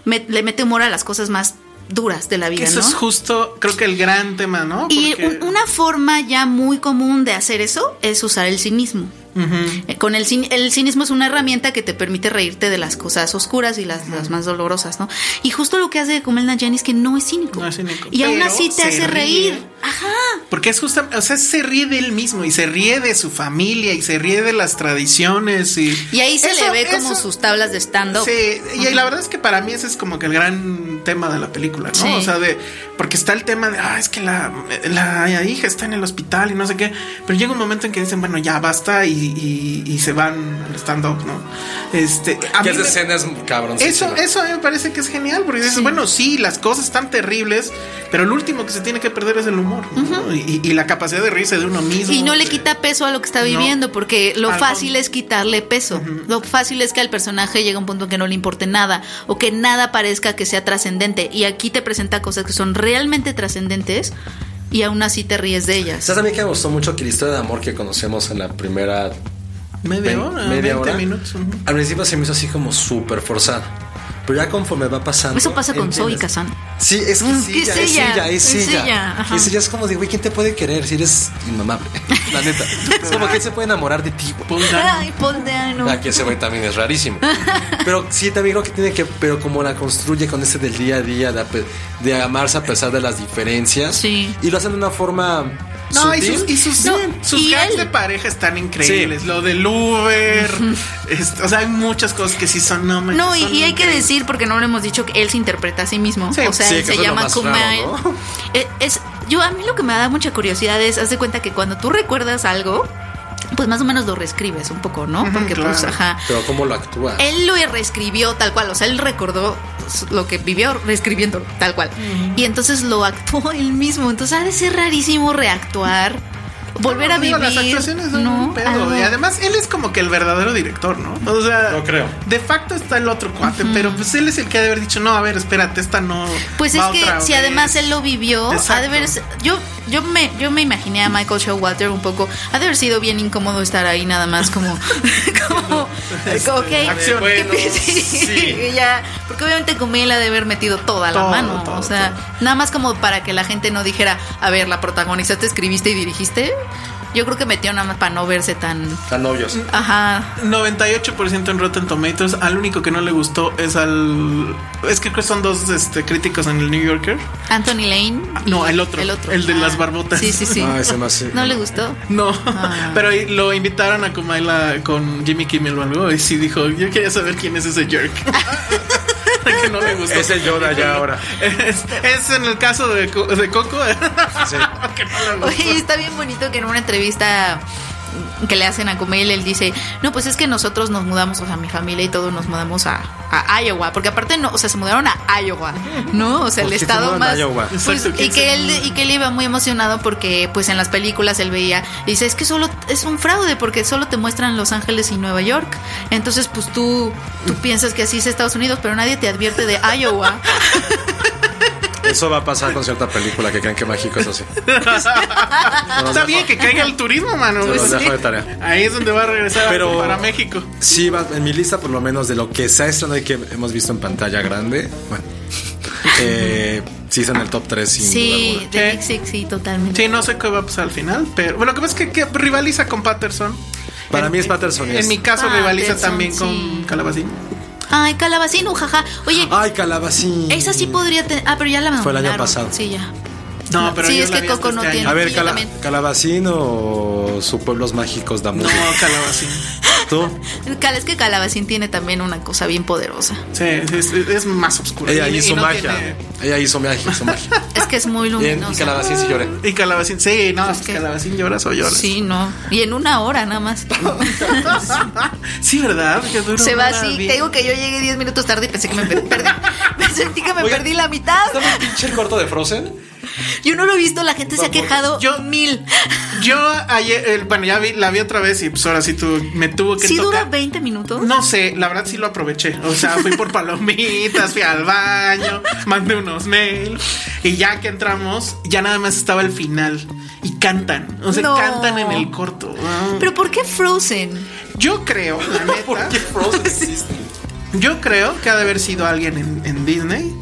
Speaker 2: me- le mete humor a las cosas más duras de la
Speaker 4: Que
Speaker 2: vida,
Speaker 4: eso
Speaker 2: ¿no?
Speaker 4: es justo, creo que el gran tema, ¿no?
Speaker 2: Y
Speaker 4: Porque-
Speaker 2: un- una forma ya muy común de hacer eso es usar el cinismo. Eh, Con el, cin- el cinismo es una herramienta que te permite reírte de las cosas oscuras y las, las más dolorosas, ¿no? Y justo lo que hace Comel Nanjiani es que no es cínico.
Speaker 4: No es cínico,
Speaker 2: Y aún
Speaker 4: pero
Speaker 2: así te
Speaker 4: se
Speaker 2: hace
Speaker 4: ríe.
Speaker 2: reír. Ajá.
Speaker 4: Porque es justo, o sea, se ríe de él mismo y se ríe de su familia y se ríe de las tradiciones y...
Speaker 2: Y ahí se
Speaker 4: Eso-
Speaker 2: le ve como
Speaker 4: eso-
Speaker 2: sus tablas de stand-up.
Speaker 4: Sí, y la verdad es que para mí ese es como que el gran tema de la película, ¿no?
Speaker 2: Sí.
Speaker 4: O sea, de. Porque está el tema de. Ah, es que la, la hija está en el hospital y no sé qué. Pero llega un momento en que dicen, bueno, ya basta y, y- y se van al stand-up, ¿no? Este. A mí
Speaker 3: Que esa
Speaker 4: me-
Speaker 3: escena es cabrón.
Speaker 4: eso, eso a mí me parece que es genial, porque dices, bueno, sí, las cosas están terribles, pero lo último que se tiene que perder es el humor ¿no? y, y- y la capacidad de reírse de uno mismo.
Speaker 2: Y no le
Speaker 4: de-
Speaker 2: quita peso a lo que está viviendo, porque lo
Speaker 4: Al
Speaker 2: fácil
Speaker 4: con-
Speaker 2: es quitarle peso. Lo fácil es que al personaje llegue a un punto en que no le importe nada o que nada parezca que sea trascendente. Y aquí te presenta cosas que son realmente trascendentes y aún así te ríes de ellas.
Speaker 3: ¿Sabes a mí que me gustó mucho que la historia de amor que conocemos en la primera
Speaker 4: Media
Speaker 3: vein-
Speaker 4: hora, 20
Speaker 3: media hora,
Speaker 4: minutos. ujú.
Speaker 3: al principio se me hizo así como súper forzada. Pero ya conforme va pasando.
Speaker 2: Eso pasa con Zoe
Speaker 3: entiendes.
Speaker 2: Kazan.
Speaker 3: Sí, es que
Speaker 2: Mm,
Speaker 3: sí,
Speaker 2: que
Speaker 3: ya,
Speaker 2: es
Speaker 3: es
Speaker 2: ella,
Speaker 3: ella, es
Speaker 2: es
Speaker 3: ella.
Speaker 2: ella, ajá.
Speaker 3: Es ella, es como de, güey, ¿quién te puede querer si eres inmamable? La neta. es como que él se puede enamorar de ti, güey.
Speaker 4: Pues,
Speaker 2: Ay, Paul Dano.
Speaker 3: Aquí Ah, ese güey también es rarísimo. Pero sí, también creo que tiene que. Pero como la construye con ese del día a día, de, ape- de amarse a pesar de las diferencias.
Speaker 2: Sí.
Speaker 3: Y lo hacen de una forma.
Speaker 4: No, y
Speaker 3: sutil.
Speaker 4: sus, y sus,
Speaker 2: No,
Speaker 4: sus
Speaker 2: y
Speaker 4: gags
Speaker 2: él-
Speaker 4: de pareja están increíbles. Lo del Uber. es- o sea, hay muchas cosas que sí son no manches,
Speaker 2: No, y,
Speaker 4: son
Speaker 2: y hay que
Speaker 4: increíbles.
Speaker 2: decir, porque no lo hemos dicho, que él se interpreta a sí mismo.
Speaker 4: Sí,
Speaker 2: o sea,
Speaker 3: sí,
Speaker 2: él
Speaker 3: que
Speaker 2: se
Speaker 3: eso es lo
Speaker 2: llama
Speaker 3: más
Speaker 2: Kumail.
Speaker 3: raro, ¿no?
Speaker 2: Eh, Es, yo a mí lo que me da mucha curiosidad es, haz de cuenta que cuando tú recuerdas algo, pues más o menos lo reescribes un poco, ¿no? Porque pues,
Speaker 4: claro.
Speaker 2: ajá.
Speaker 3: Pero cómo lo actúa.
Speaker 2: Él lo reescribió tal cual, o sea, él recordó lo que vivió reescribiendo tal cual. Y entonces lo actuó él mismo. Entonces ha de ser rarísimo reactuar, volver a
Speaker 4: Digo,
Speaker 2: vivir.
Speaker 4: Las actuaciones son
Speaker 2: ¿no?
Speaker 4: un pedo.
Speaker 2: Algo.
Speaker 4: Y además, él es como que el verdadero director, ¿no? O sea,
Speaker 3: Lo creo.
Speaker 4: De facto está el otro cuate, pero pues él es el que ha de haber dicho, no, a ver, espérate, esta no.
Speaker 2: Pues es
Speaker 4: va
Speaker 2: que
Speaker 4: otra
Speaker 2: si
Speaker 4: vez".
Speaker 2: además él lo vivió, ha de
Speaker 4: Exacto.
Speaker 2: haber, yo, yo me, yo me imaginé a Michael Showalter un poco, ha de haber sido bien incómodo estar ahí nada más como, como,
Speaker 4: Este,
Speaker 2: ok,
Speaker 4: acción.
Speaker 2: ¿qué
Speaker 4: Bueno,
Speaker 2: pi- sí,
Speaker 4: sí.
Speaker 2: ya, porque obviamente con él ha de haber metido toda la
Speaker 4: Todo,
Speaker 2: mano,
Speaker 4: todo,
Speaker 2: o sea,
Speaker 4: todo.
Speaker 2: nada más como para que la gente no dijera, a ver, la protagonista te escribiste y dirigiste, yo creo que metió nada más para no verse tan,
Speaker 3: Están novios.
Speaker 2: ajá,
Speaker 4: 98% en Rotten Tomatoes. Al único que no le gustó es al. Es que creo que son dos este, críticos en el New Yorker.
Speaker 2: Anthony Lane, y
Speaker 4: No, el otro, el de las barbotas.
Speaker 2: sí, sí, sí,
Speaker 3: Ah, ese más, sí.
Speaker 2: no le gustó.
Speaker 4: No, pero lo invitaron a Kumaila con Jimmy Kimmel o algo y sí dijo, yo quería saber quién es ese jerk. que no le gustó.
Speaker 3: Es el Yoda ya ahora.
Speaker 4: Es, es en el caso de, Co- de Coco. que no le gustó.
Speaker 2: Oye, está bien bonito que en una entrevista que le hacen a Kumail, él dice, no, pues es que nosotros nos mudamos, o sea, mi familia y todos nos mudamos a, a Iowa, porque aparte, no, o sea, se mudaron a Iowa, ¿no? O sea, el
Speaker 3: ¿Por qué se
Speaker 2: estado
Speaker 3: mudan a
Speaker 2: más...
Speaker 3: Iowa?
Speaker 2: pues,
Speaker 4: Exacto,
Speaker 2: y,
Speaker 4: ¿quién
Speaker 2: que
Speaker 4: se-
Speaker 2: él, y que él iba muy emocionado porque, pues, en las películas él veía, dice, es que solo es un fraude, porque solo te muestran Los Ángeles y Nueva York, entonces, pues tú, tú piensas que así es Estados Unidos, pero nadie te advierte de Iowa.
Speaker 3: Eso va a pasar con cierta película que creen que México es así.
Speaker 4: Está bien que caiga el turismo, mano.
Speaker 3: Se los
Speaker 4: Sí.
Speaker 3: dejo de tarea.
Speaker 4: Ahí es donde va a regresar
Speaker 3: Pero-
Speaker 4: para México.
Speaker 3: Sí, va, en mi lista por lo menos de lo que se ha estrenado y que hemos visto en pantalla grande. Bueno, eh, sí está en el top 3 sin duda
Speaker 2: Sí,
Speaker 3: alguna.
Speaker 2: de
Speaker 4: Sí.
Speaker 2: Big Six, sí, totalmente.
Speaker 4: Sí, no sé qué va a pasar al final, pero bueno, lo que pasa es que, que rivaliza con Patterson.
Speaker 3: Para
Speaker 4: En-
Speaker 3: mí es Patterson y
Speaker 4: En
Speaker 3: es-
Speaker 4: mi caso rivaliza
Speaker 2: Patterson,
Speaker 4: también
Speaker 2: Ah, sí.
Speaker 4: con Calabacín. Ah.
Speaker 2: Ay, calabacín, ujaja. Oye,
Speaker 3: Ay, calabacín.
Speaker 2: Esa sí podría tener. Ah, pero ya la
Speaker 3: Fue el año
Speaker 2: nominaron.
Speaker 3: pasado.
Speaker 2: Sí, ya.
Speaker 4: No, pero
Speaker 2: Sí,
Speaker 4: yo
Speaker 2: es
Speaker 4: la
Speaker 2: que
Speaker 4: vi hasta
Speaker 2: Coco no
Speaker 4: este
Speaker 2: tiene-
Speaker 4: año.
Speaker 3: A ver,
Speaker 2: Yo
Speaker 3: cala-
Speaker 2: también.
Speaker 3: calabacín o su pueblos mágicos da
Speaker 4: No,
Speaker 3: música.
Speaker 4: Calabacín.
Speaker 3: Tú,
Speaker 2: Cal- Es que Calabacín tiene también una cosa bien poderosa.
Speaker 4: Sí, es, es- es más oscuro.
Speaker 3: ella
Speaker 4: Y- y
Speaker 3: hizo
Speaker 4: no
Speaker 3: magia.
Speaker 4: tiene-
Speaker 3: Ella hizo magia, hizo magia.
Speaker 2: Es que es muy
Speaker 3: Y, en- y
Speaker 2: luminosa.
Speaker 3: calabacín sí lloré.
Speaker 4: Y Calabacín, sí, no,
Speaker 2: Pues
Speaker 4: pues
Speaker 2: que-
Speaker 4: Calabacín lloras o lloras.
Speaker 2: Sí, no. Y en una hora nada más.
Speaker 4: Sí, ¿verdad? Que dura
Speaker 2: Se va
Speaker 4: una hora
Speaker 2: así.
Speaker 4: bien.
Speaker 2: Te digo que yo llegué 10 minutos tarde y pensé que me per- perdí. Me sentí que me
Speaker 3: Oigan,
Speaker 2: perdí la mitad.
Speaker 3: ¿Está el pinche corto de Frozen?
Speaker 2: Yo no lo he visto, la gente se ha quejado
Speaker 4: Yo-
Speaker 2: mil.
Speaker 4: Yo ayer, eh, bueno, ya vi, la vi otra vez y pues ahora sí tú, me tuvo que
Speaker 2: ¿Sí dura
Speaker 4: tocar.
Speaker 2: 20 minutos?
Speaker 4: No sé, la verdad sí lo aproveché. O sea, fui por palomitas, fui al baño, mandé unos mails. Y ya que entramos, ya nada más estaba el final. Y cantan. O sea,
Speaker 2: No.
Speaker 4: cantan en el corto. Ah.
Speaker 2: ¿Pero por qué Frozen?
Speaker 4: Yo creo, la neta.
Speaker 3: Frozen existe?
Speaker 4: Yo creo que ha de haber sido alguien en, en Disney,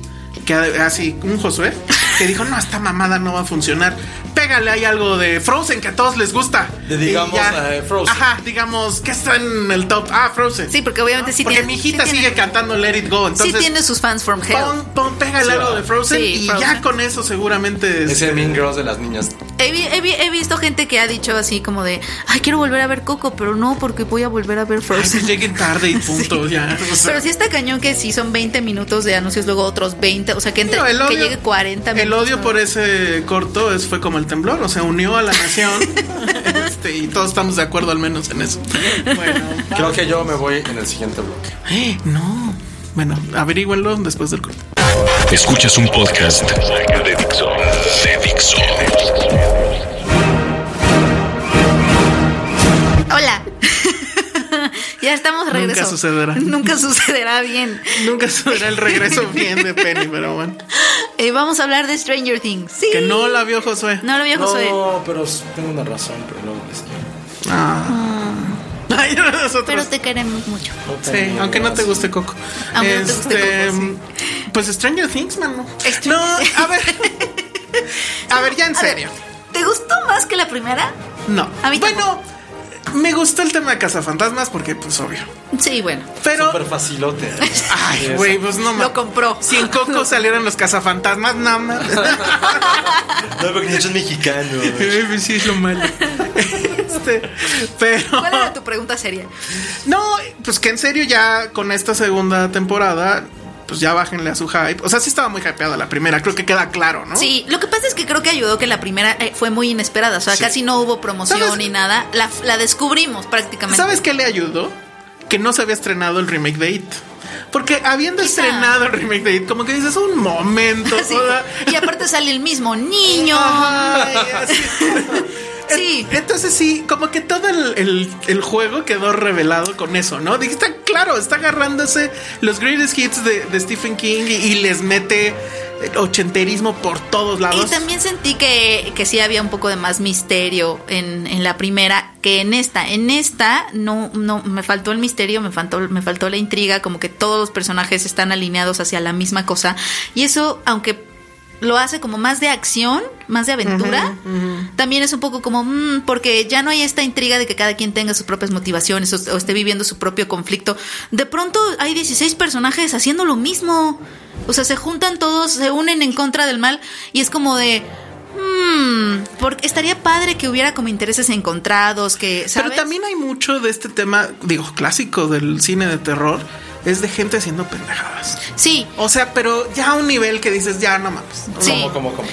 Speaker 4: que ha de- así, un Josué, que dijo, no, esta mamada no va a funcionar. Pégale ahí algo de Frozen que a todos les gusta.
Speaker 3: De,
Speaker 4: Y
Speaker 3: digamos, eh, Frozen.
Speaker 4: Ajá, digamos, que está en el top. Ah, Frozen.
Speaker 2: Sí, porque obviamente sí
Speaker 4: Porque
Speaker 2: tiene.
Speaker 4: mi hijita
Speaker 2: sí
Speaker 4: sigue
Speaker 2: tiene,
Speaker 4: cantando Let It Go.
Speaker 2: sí
Speaker 4: Entonces,
Speaker 2: tiene sus fans from hell.
Speaker 4: pon, pon, pégale algo de Frozen
Speaker 2: Sí,
Speaker 4: y
Speaker 2: Frozen.
Speaker 4: ya con eso seguramente...
Speaker 3: Es
Speaker 4: este,
Speaker 3: el Mean Girls de las niñas.
Speaker 2: He, vi- he vi- he visto gente que ha dicho así como de, ay, quiero volver a ver Coco, pero no, porque voy a volver a ver
Speaker 4: Ay, que
Speaker 2: Frozen.
Speaker 4: lleguen tarde y punto, ya. o sea.
Speaker 2: pero sí está cañón que sí son 20 minutos de anuncios, luego otros 20, o sea, que, entre,
Speaker 4: Digo,
Speaker 2: que llegue 40 minutos.
Speaker 4: El odio
Speaker 2: ¿no?
Speaker 4: por ese corto es, fue como el temblor, o sea, unió a la nación. Este, y todos estamos de acuerdo al menos en eso. Bueno,
Speaker 3: Creo que yo me voy en el siguiente bloque.
Speaker 4: eh, no. Bueno, averígüenlo después del corto.
Speaker 5: Escuchas un podcast de Dixo. De Dixo.
Speaker 2: Hola. ya estamos de
Speaker 4: Nunca
Speaker 2: regreso.
Speaker 4: sucederá.
Speaker 2: Nunca sucederá bien.
Speaker 4: Nunca será el regreso bien de Penny, pero bueno.
Speaker 2: Eh, vamos a hablar de Stranger Things. Sí.
Speaker 4: Que no la vio Josué.
Speaker 2: No lo vio Josué.
Speaker 3: No, pero tengo una razón, pero luego les digo.
Speaker 4: Ah. Ay, nosotros.
Speaker 2: Ah. Pero te queremos mucho.
Speaker 4: Sí, aunque no te guste Coco.
Speaker 2: Aunque no te guste
Speaker 4: Este,
Speaker 2: Coco,
Speaker 4: Pues Stranger Things, mano. No, a ver. A ver, ya en
Speaker 2: A ver,
Speaker 4: serio.
Speaker 2: ¿Te gustó más que la primera?
Speaker 4: No.
Speaker 2: A mí
Speaker 4: bueno, me gustó el tema de cazafantasmas porque, pues, obvio.
Speaker 2: Sí, bueno.
Speaker 4: Pero,
Speaker 3: Súper facilote.
Speaker 4: ay, güey, pues no ma-
Speaker 2: Lo compró.
Speaker 4: Si en Coco salieran los cazafantasmas, nada más.
Speaker 3: No, porque de hecho es mexicano.
Speaker 4: sí, es lo malo. Este, pero.
Speaker 2: ¿Cuál era tu pregunta seria?
Speaker 4: No, pues que en serio ya con esta segunda temporada, pues ya bájenle a su hype. O sea, sí estaba muy hypeada la primera, creo que queda claro, ¿no?
Speaker 2: Sí, lo que pasa es que creo que ayudó que la primera eh, fue muy inesperada, o sea,
Speaker 4: Sí.
Speaker 2: casi no hubo promoción
Speaker 4: ¿Sabes?
Speaker 2: ni nada, la, la descubrimos prácticamente.
Speaker 4: ¿Sabes qué le ayudó? Que no se había estrenado el remake de It. Porque habiendo
Speaker 2: Quizá.
Speaker 4: estrenado el remake de It, como que dices, un momento.
Speaker 2: Sí.
Speaker 4: o sea,
Speaker 2: Y aparte sale el mismo niño.
Speaker 4: Ajá, y así.
Speaker 2: Sí.
Speaker 4: En- Entonces sí, como que todo el, el- el juego quedó revelado con eso, ¿no? Dije, está claro, está agarrándose los greatest hits de, de Stephen King y, y les mete ochenterismo por todos lados.
Speaker 2: Y también sentí que, que sí había un poco de más misterio en, en la primera que en esta. En esta no, no me faltó el misterio, me faltó, me faltó la intriga, como que todos los personajes están alineados hacia la misma cosa. Y eso, aunque lo hace como más de acción, más de aventura, también es un poco como, mm, porque ya no hay esta intriga de que cada quien tenga sus propias motivaciones o, o esté viviendo su propio conflicto. De pronto hay 16 personajes haciendo lo mismo. O sea, se juntan todos, se unen en contra del mal y es como de... mm, porque estaría padre que hubiera como intereses encontrados, que... ¿sabes?
Speaker 4: Pero también hay mucho de este tema, digo, clásico del cine de terror, es de gente haciendo pendejadas.
Speaker 2: Sí.
Speaker 4: O sea, pero ya a un nivel que dices, ya no mames.
Speaker 2: Sí.
Speaker 3: Como, como, como.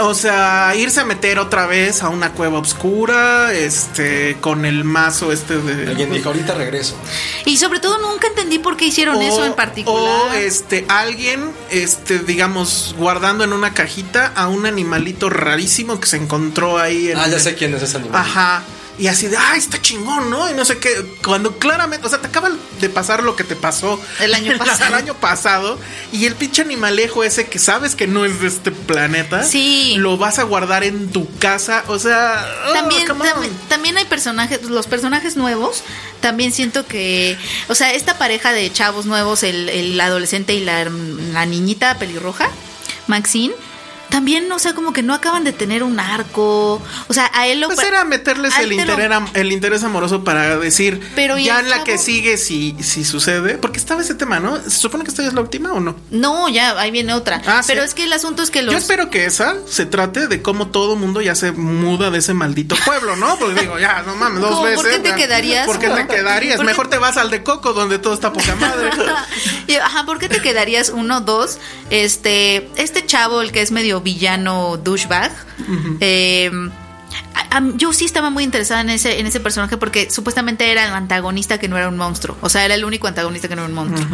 Speaker 4: O sea, irse a meter otra vez a una cueva oscura, este, con el mazo este de.
Speaker 3: Alguien dijo, ahorita regreso.
Speaker 2: Y sobre todo nunca entendí por qué hicieron eso en particular.
Speaker 4: o, este, alguien, este, digamos, guardando en una cajita a un animalito rarísimo que se encontró ahí en
Speaker 3: Ah, ya sé quién es ese animal.
Speaker 4: Ajá. Y así de, ay, está chingón, ¿no? Y no sé qué. Cuando claramente, o sea, te acaba de pasar lo que te pasó
Speaker 2: El año
Speaker 4: la-
Speaker 2: pasado.
Speaker 4: el año pasado. Y el pinche animalejo ese que sabes que no es de este planeta.
Speaker 2: Sí.
Speaker 4: Lo vas a guardar en tu casa. O sea. oh,
Speaker 2: también,
Speaker 4: come on.
Speaker 2: también, también hay personajes, los personajes nuevos, también siento que, o sea, esta pareja de chavos nuevos, el, el adolescente y la, herm- la niñita pelirroja, Maxine, también, o sea, como que no acaban de tener un arco, o sea, a él lo...
Speaker 4: Pues era meterles
Speaker 2: a él
Speaker 4: el
Speaker 2: te lo-
Speaker 4: interés, am- el interés amoroso para decir
Speaker 2: Pero, ¿y
Speaker 4: ya
Speaker 2: el
Speaker 4: en la
Speaker 2: chavo?
Speaker 4: que sigue si, si sucede. Porque estaba ese tema, ¿no? Se supone que esta ya es la última o no.
Speaker 2: No, ya, ahí viene otra.
Speaker 4: Ah,
Speaker 2: Pero
Speaker 4: sí.
Speaker 2: es que el asunto es que los...
Speaker 4: Yo espero que esa se trate de cómo todo mundo ya se muda de ese maldito pueblo, ¿no? Porque digo, ya, no mames, dos
Speaker 2: ¿Cómo?
Speaker 4: veces.
Speaker 2: ¿Por qué te
Speaker 4: ya.
Speaker 2: quedarías?
Speaker 4: ¿Por qué te quedarías?
Speaker 2: ¿Por qué-
Speaker 4: Mejor te vas al de Coco, donde todo está poca madre.
Speaker 2: Y, Ajá, ¿por qué te quedarías uno, dos? Este, este chavo, el que es medio villano douchebag, eh, a- a- yo sí estaba muy interesada en ese, en ese personaje porque supuestamente era el antagonista que no era un monstruo. O sea, era el único antagonista que no era un monstruo.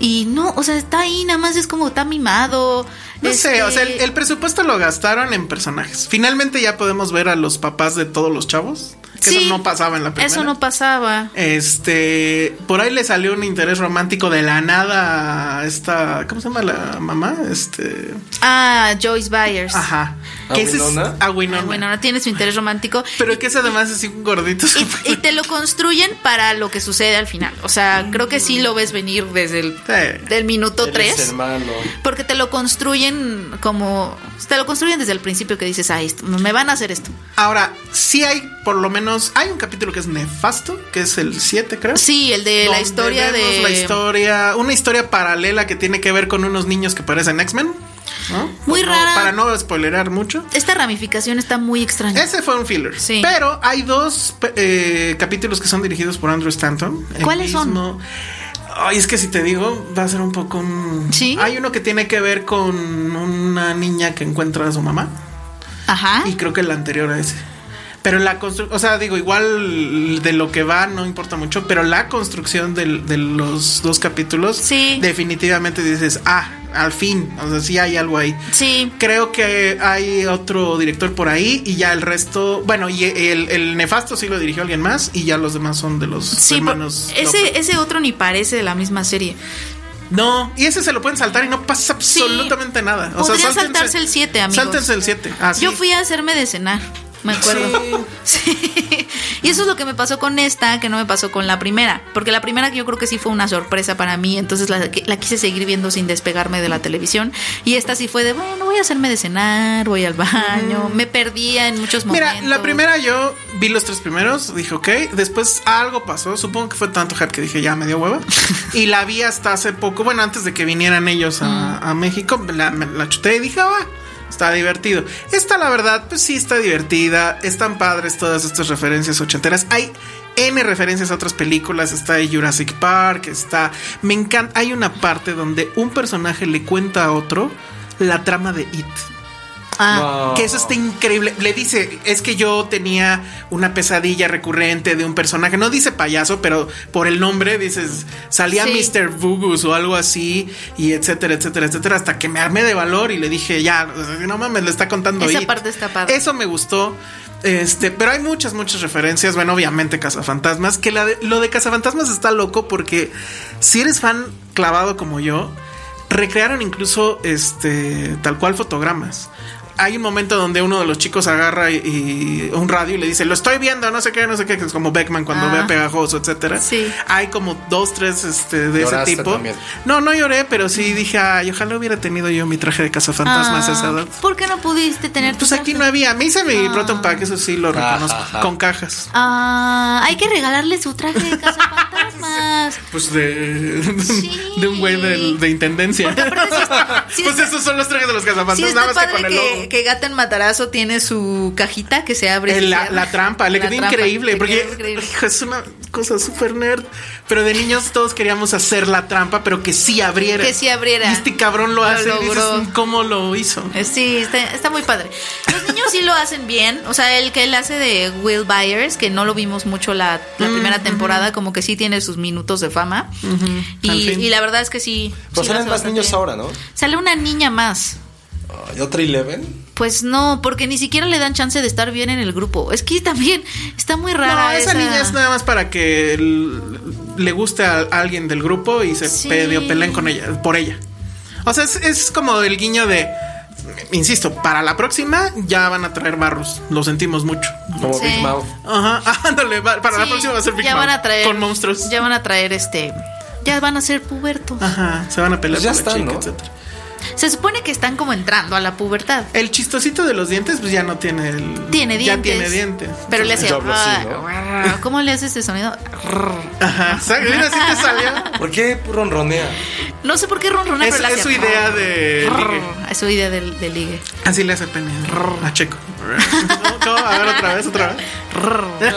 Speaker 2: Y no, o sea, está ahí, nada más es como está mimado.
Speaker 4: No sé,
Speaker 2: este,
Speaker 4: o sea, el, el presupuesto lo gastaron en personajes. Finalmente ya podemos ver a los papás de todos los chavos. Que
Speaker 2: Sí,
Speaker 4: eso no pasaba en la primera.
Speaker 2: Eso no pasaba.
Speaker 4: Este, por ahí le salió un interés romántico de la nada a esta, ¿cómo se llama la mamá? Este,
Speaker 2: Ah, Joyce Byers.
Speaker 4: ajá.
Speaker 3: ¿A
Speaker 4: Que ese es-
Speaker 3: Winona?
Speaker 4: a
Speaker 2: Ah,
Speaker 4: Winona.
Speaker 2: Bueno, ahora tiene su interés romántico.
Speaker 4: Pero que ese además es así un gordito.
Speaker 2: Y, y te lo construyen para lo que sucede al final. O sea, creo que sí lo ves venir desde el
Speaker 4: Sí.
Speaker 2: del minuto
Speaker 3: Él es
Speaker 2: 3.
Speaker 3: hermano.
Speaker 2: Porque te lo construyen como... Te lo construyen desde el principio que dices, ah, esto, me van a hacer esto.
Speaker 4: Ahora, sí hay, por lo menos, hay un capítulo que es nefasto, que es el 7, creo.
Speaker 2: Sí, el de la
Speaker 4: Donde
Speaker 2: historia
Speaker 4: vemos
Speaker 2: de...
Speaker 4: La historia, una historia paralela que tiene que ver con unos niños que parecen X-Men. ¿no?
Speaker 2: Muy
Speaker 4: No,
Speaker 2: rara.
Speaker 4: Para no spoilerar mucho.
Speaker 2: Esta ramificación está muy extraña.
Speaker 4: Ese fue un filler.
Speaker 2: Sí.
Speaker 4: Pero hay dos pe- eh, capítulos que son dirigidos por Andrew Stanton. El
Speaker 2: ¿Cuáles son?
Speaker 4: mismo- Ay, es que si te digo, va a ser un poco un.
Speaker 2: Sí.
Speaker 4: Hay uno que tiene que ver con una niña que encuentra a su mamá.
Speaker 2: Ajá.
Speaker 4: Y creo que el anterior a ese. Pero la construcción, o sea, digo, igual de lo que va no importa mucho, pero la construcción del- de los dos capítulos,
Speaker 2: Sí.
Speaker 4: definitivamente dices, ah, al fin, o sea, sí hay algo ahí.
Speaker 2: Sí.
Speaker 4: Creo que hay otro director por ahí y ya el resto, bueno, y el, el nefasto sí lo dirigió alguien más y ya los demás son de los
Speaker 2: Sí, por-
Speaker 4: hermanos. López.
Speaker 2: ese, ese otro ni parece de la misma serie.
Speaker 4: No, y ese se lo pueden saltar y no pasa
Speaker 2: Sí.
Speaker 4: absolutamente nada. O sea,
Speaker 2: Podrían
Speaker 4: sáltense-
Speaker 2: saltarse el 7, amigos.
Speaker 4: Sáltense el Ah, 7. así.
Speaker 2: Yo fui a hacerme de cenar, me acuerdo. Sí. Y eso es lo que me pasó con esta, que no me pasó con la primera. Porque la primera yo creo que sí fue una sorpresa para mí, entonces la, la quise seguir viendo sin despegarme de la televisión. Y esta sí fue de, bueno, voy a hacerme de cenar, voy al baño, me perdía en muchos momentos.
Speaker 4: Mira, la primera yo vi los tres primeros, dije ok, después algo pasó, supongo que fue tanto hype que dije ya me dio hueva y la vi hasta hace poco, bueno, antes de que vinieran ellos a, a México, la, me la chuté y dije, ah, va, está divertido. Esta la verdad, pues sí está divertida, están padres todas estas referencias ochenteras, hay... N referencias a otras películas, está Jurassic Park, está... Me encanta, hay una parte donde un personaje le cuenta a otro la trama de It.
Speaker 2: Ah,
Speaker 4: Que eso está increíble. Le dice, es que yo tenía una pesadilla recurrente de un personaje. No dice payaso, pero por el nombre dices, salía
Speaker 2: Sí.
Speaker 4: Mr. Bugus o algo así, y etcétera, etcétera, etcétera. Hasta que me armé de valor y le dije, ya, no mames, le está contando.
Speaker 2: Esa
Speaker 4: It".
Speaker 2: parte está padre.
Speaker 4: Eso me gustó. Este, pero hay muchas, muchas referencias. Bueno, obviamente Cazafantasmas. Que la de- lo de Cazafantasmas está loco porque si eres fan clavado como yo, recrearon incluso este tal cual fotogramas. Hay un momento donde uno de los chicos agarra y, y un radio y le dice, lo estoy viendo, no sé qué, no sé qué, que es como Beckman cuando
Speaker 2: Ah.
Speaker 4: ve a Pegajoso, etcétera.
Speaker 2: Sí.
Speaker 4: Hay como dos, tres este, de ese
Speaker 3: Lloraste
Speaker 4: tipo.
Speaker 3: también.
Speaker 4: No, no lloré, pero sí dije, ay, ojalá hubiera tenido yo mi traje de cazafantasmas a esa edad.
Speaker 2: Ah, ¿Por qué no pudiste tener
Speaker 4: Pues
Speaker 2: tu
Speaker 4: aquí
Speaker 2: traje?
Speaker 4: no había. Me hice mi Proton Pack, eso sí lo
Speaker 3: Ajá,
Speaker 4: reconozco.
Speaker 3: ajá.
Speaker 4: Con cajas.
Speaker 2: Ah, hay que regalarle su traje de cazafantasmas.
Speaker 4: Pues de.
Speaker 2: Sí.
Speaker 4: De un güey del- de, intendencia.
Speaker 2: Porque aparte sí está- sí
Speaker 4: pues
Speaker 2: está-
Speaker 4: esos son los trajes de los cazafantasmas,
Speaker 2: Sí, está
Speaker 4: nada más que
Speaker 2: padre
Speaker 4: con el logo.
Speaker 2: que, que Gata en Matarazo tiene su cajita que se abre. y
Speaker 4: Eh,
Speaker 2: se
Speaker 4: la,
Speaker 2: cierra.
Speaker 4: la trampa, le
Speaker 2: La
Speaker 4: quedó
Speaker 2: trampa,
Speaker 4: increíble.
Speaker 2: le
Speaker 4: Porque
Speaker 2: quedó increíble.
Speaker 4: hijo, es una cosa súper nerd. Pero de niños todos queríamos hacer la trampa, pero que sí abriera.
Speaker 2: Que sí abriera.
Speaker 4: Y este cabrón lo,
Speaker 2: Lo
Speaker 4: hace. y dices, "Mm,
Speaker 2: logró.
Speaker 4: ¿Cómo lo hizo?
Speaker 2: Eh, Sí, está, está muy padre. Los niños sí lo hacen bien. O sea, el que él hace de Will Byers, que no lo vimos mucho la, la
Speaker 4: Mm,
Speaker 2: primera temporada, como que sí tiene sus minutos de fama. y,
Speaker 3: Al fin.
Speaker 2: y la verdad es que sí. sí
Speaker 3: Pero
Speaker 2: lo hace
Speaker 3: salen Pues más
Speaker 2: bastante
Speaker 3: niños
Speaker 2: bien.
Speaker 3: ahora, ¿no?
Speaker 2: Sale una niña más.
Speaker 3: Ay, ¿Otra Eleven?
Speaker 2: Pues no, porque ni siquiera le dan chance de estar bien en el grupo. Es que también está muy rara.
Speaker 4: no, esa, niña es nada más para que el- le guste a alguien del grupo y se
Speaker 2: Sí.
Speaker 4: pedio peleen con ella, por ella. O sea, es, es como el guiño de. Insisto, para la próxima ya van a traer barros. Lo sentimos mucho.
Speaker 3: Como
Speaker 2: Sí.
Speaker 3: Big Mouth.
Speaker 4: Ah, Ajá, ándale, va- para la
Speaker 2: Sí,
Speaker 4: próxima va a ser Big
Speaker 2: ya van
Speaker 4: Mouth,
Speaker 2: a traer-
Speaker 4: Con monstruos.
Speaker 2: Ya van a traer este. Ya van a ser pubertos.
Speaker 4: Ajá, se van a pelear
Speaker 3: Pues ya
Speaker 4: por la
Speaker 3: están,
Speaker 4: chica,
Speaker 3: ¿no?
Speaker 4: etcétera.
Speaker 2: Se supone que están como entrando a la pubertad.
Speaker 4: El chistosito de los dientes, pues ya no tiene el.
Speaker 2: Tiene dientes.
Speaker 4: Ya tiene dientes.
Speaker 2: Pero le hace.
Speaker 3: Yo hablo así, ¿no?
Speaker 2: "Arr". ¿Cómo le hace ese sonido?
Speaker 4: Ajá, sa- mira, sí te salió.
Speaker 3: ¿Por qué ronronea?
Speaker 2: No sé por qué ronrona,
Speaker 4: Es,
Speaker 2: pero le hace.
Speaker 4: es su idea de. ligue.
Speaker 2: "Arr". Es su idea del del ligue.
Speaker 4: Así le hace el pene a Checo. ¿Cómo? ¿Cómo? A ver, otra vez, otra vez.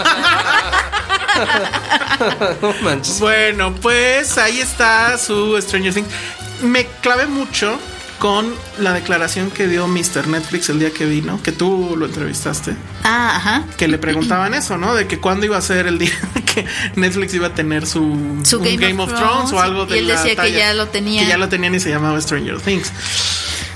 Speaker 3: No manches.
Speaker 4: Bueno, pues ahí está su Stranger Things. Me clavé mucho con la declaración que dio Mr. Netflix el día que vino, que tú lo entrevistaste,
Speaker 2: Ah, ajá.
Speaker 4: que le preguntaban eso, ¿no? De que cuándo iba a ser el día que Netflix iba a tener su,
Speaker 2: Su
Speaker 4: un
Speaker 2: Game of Thrones,
Speaker 4: o algo de
Speaker 2: y él
Speaker 4: la
Speaker 2: decía que
Speaker 4: talla.
Speaker 2: ya lo tenía.
Speaker 4: Que ya lo tenían y se llamaba Stranger Things.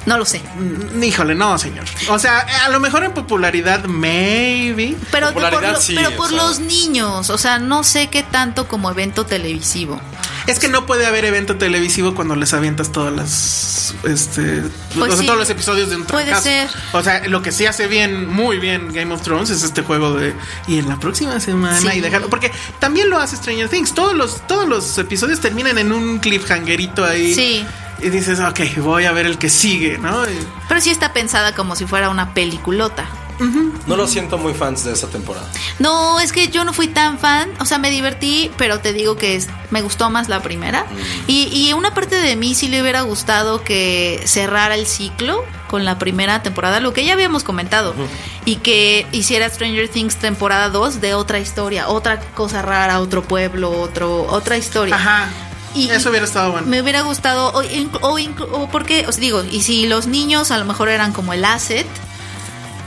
Speaker 2: No lo sé.
Speaker 4: Mm, Híjole, no, señor. O sea, a lo mejor en popularidad, maybe.
Speaker 2: Pero por,
Speaker 3: Popularidad,
Speaker 2: lo-
Speaker 3: sí,
Speaker 2: pero
Speaker 3: o
Speaker 2: por
Speaker 3: sea.
Speaker 2: los niños, o sea, no sé qué tanto como evento televisivo.
Speaker 4: Es que no puede haber evento televisivo cuando les avientas todas las este o
Speaker 2: Pues
Speaker 4: sea,
Speaker 2: sí.
Speaker 4: todos los episodios de un
Speaker 2: Puede
Speaker 4: trancazo.
Speaker 2: ser.
Speaker 4: O sea, lo que sí hace bien, muy bien Game of Thrones es este juego de y en la próxima semana
Speaker 2: Sí.
Speaker 4: y dejarlo porque también lo hace Stranger Things, todos los todos los episodios terminan en un cliffhangerito ahí.
Speaker 2: Sí.
Speaker 4: Y dices, ok, voy a ver el que sigue, ¿no? Y-
Speaker 2: Pero sí está pensada como si fuera una peliculota.
Speaker 3: No lo siento muy fans de esa temporada.
Speaker 2: No, es que yo no fui tan fan, o sea, me divertí, pero te digo que es- me gustó más la primera. Y, y una parte de mí sí le hubiera gustado que cerrara el ciclo con la primera temporada, lo que ya habíamos comentado, y que hiciera Stranger Things temporada 2 de otra historia, otra cosa rara, otro pueblo, otro, otra historia.
Speaker 4: Ajá.
Speaker 2: Y-
Speaker 4: Eso hubiera estado bueno.
Speaker 2: Me hubiera gustado, o, inc- o, inc- o porque, o sea, digo, y si los niños a lo mejor eran como el asset,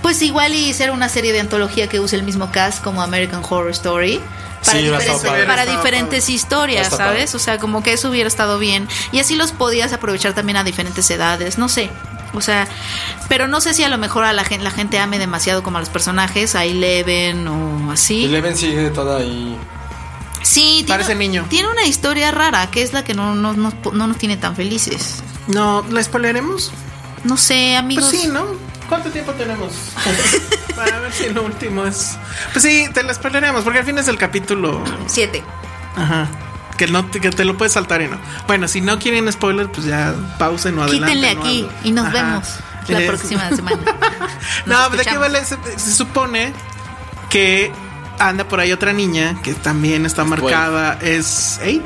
Speaker 2: pues igual y ser una serie de antología que use el mismo cast como American Horror Story. Para,
Speaker 3: Sí, hubiera
Speaker 2: diferentes-
Speaker 3: estado padre.
Speaker 2: para
Speaker 4: Hubiera estado
Speaker 2: diferentes historias,
Speaker 3: Hubiera estado
Speaker 2: ¿sabes? O sea, como que eso hubiera estado bien. Y así los podías aprovechar también a diferentes edades, no sé. O sea, pero no sé si a lo mejor a la gente, la gente ame demasiado como a los personajes, a Eleven o así.
Speaker 3: Eleven sigue toda ahí.
Speaker 2: Sí, tiene,
Speaker 4: Parece niño.
Speaker 2: Tiene una historia rara, que es la que no, no, no- no nos tiene tan felices.
Speaker 4: No, ¿la spoileremos?
Speaker 2: No sé, amigos.
Speaker 4: Pues sí, ¿no? ¿Cuánto tiempo tenemos? Para ver si lo último es. Pues sí, te las perderemos, porque al fin es el capítulo.
Speaker 2: Siete.
Speaker 4: Ajá. Que, no te, que te lo puedes saltar y no. Bueno, si no quieren spoiler, pues ya pausen o adelante.
Speaker 2: Quítenle aquí y nos vemos la próxima semana.
Speaker 4: No,
Speaker 2: Nos
Speaker 4: ¿de qué
Speaker 2: escuchamos.
Speaker 4: vale? Se, se supone que anda por ahí otra niña que también está marcada. ¿Es 8?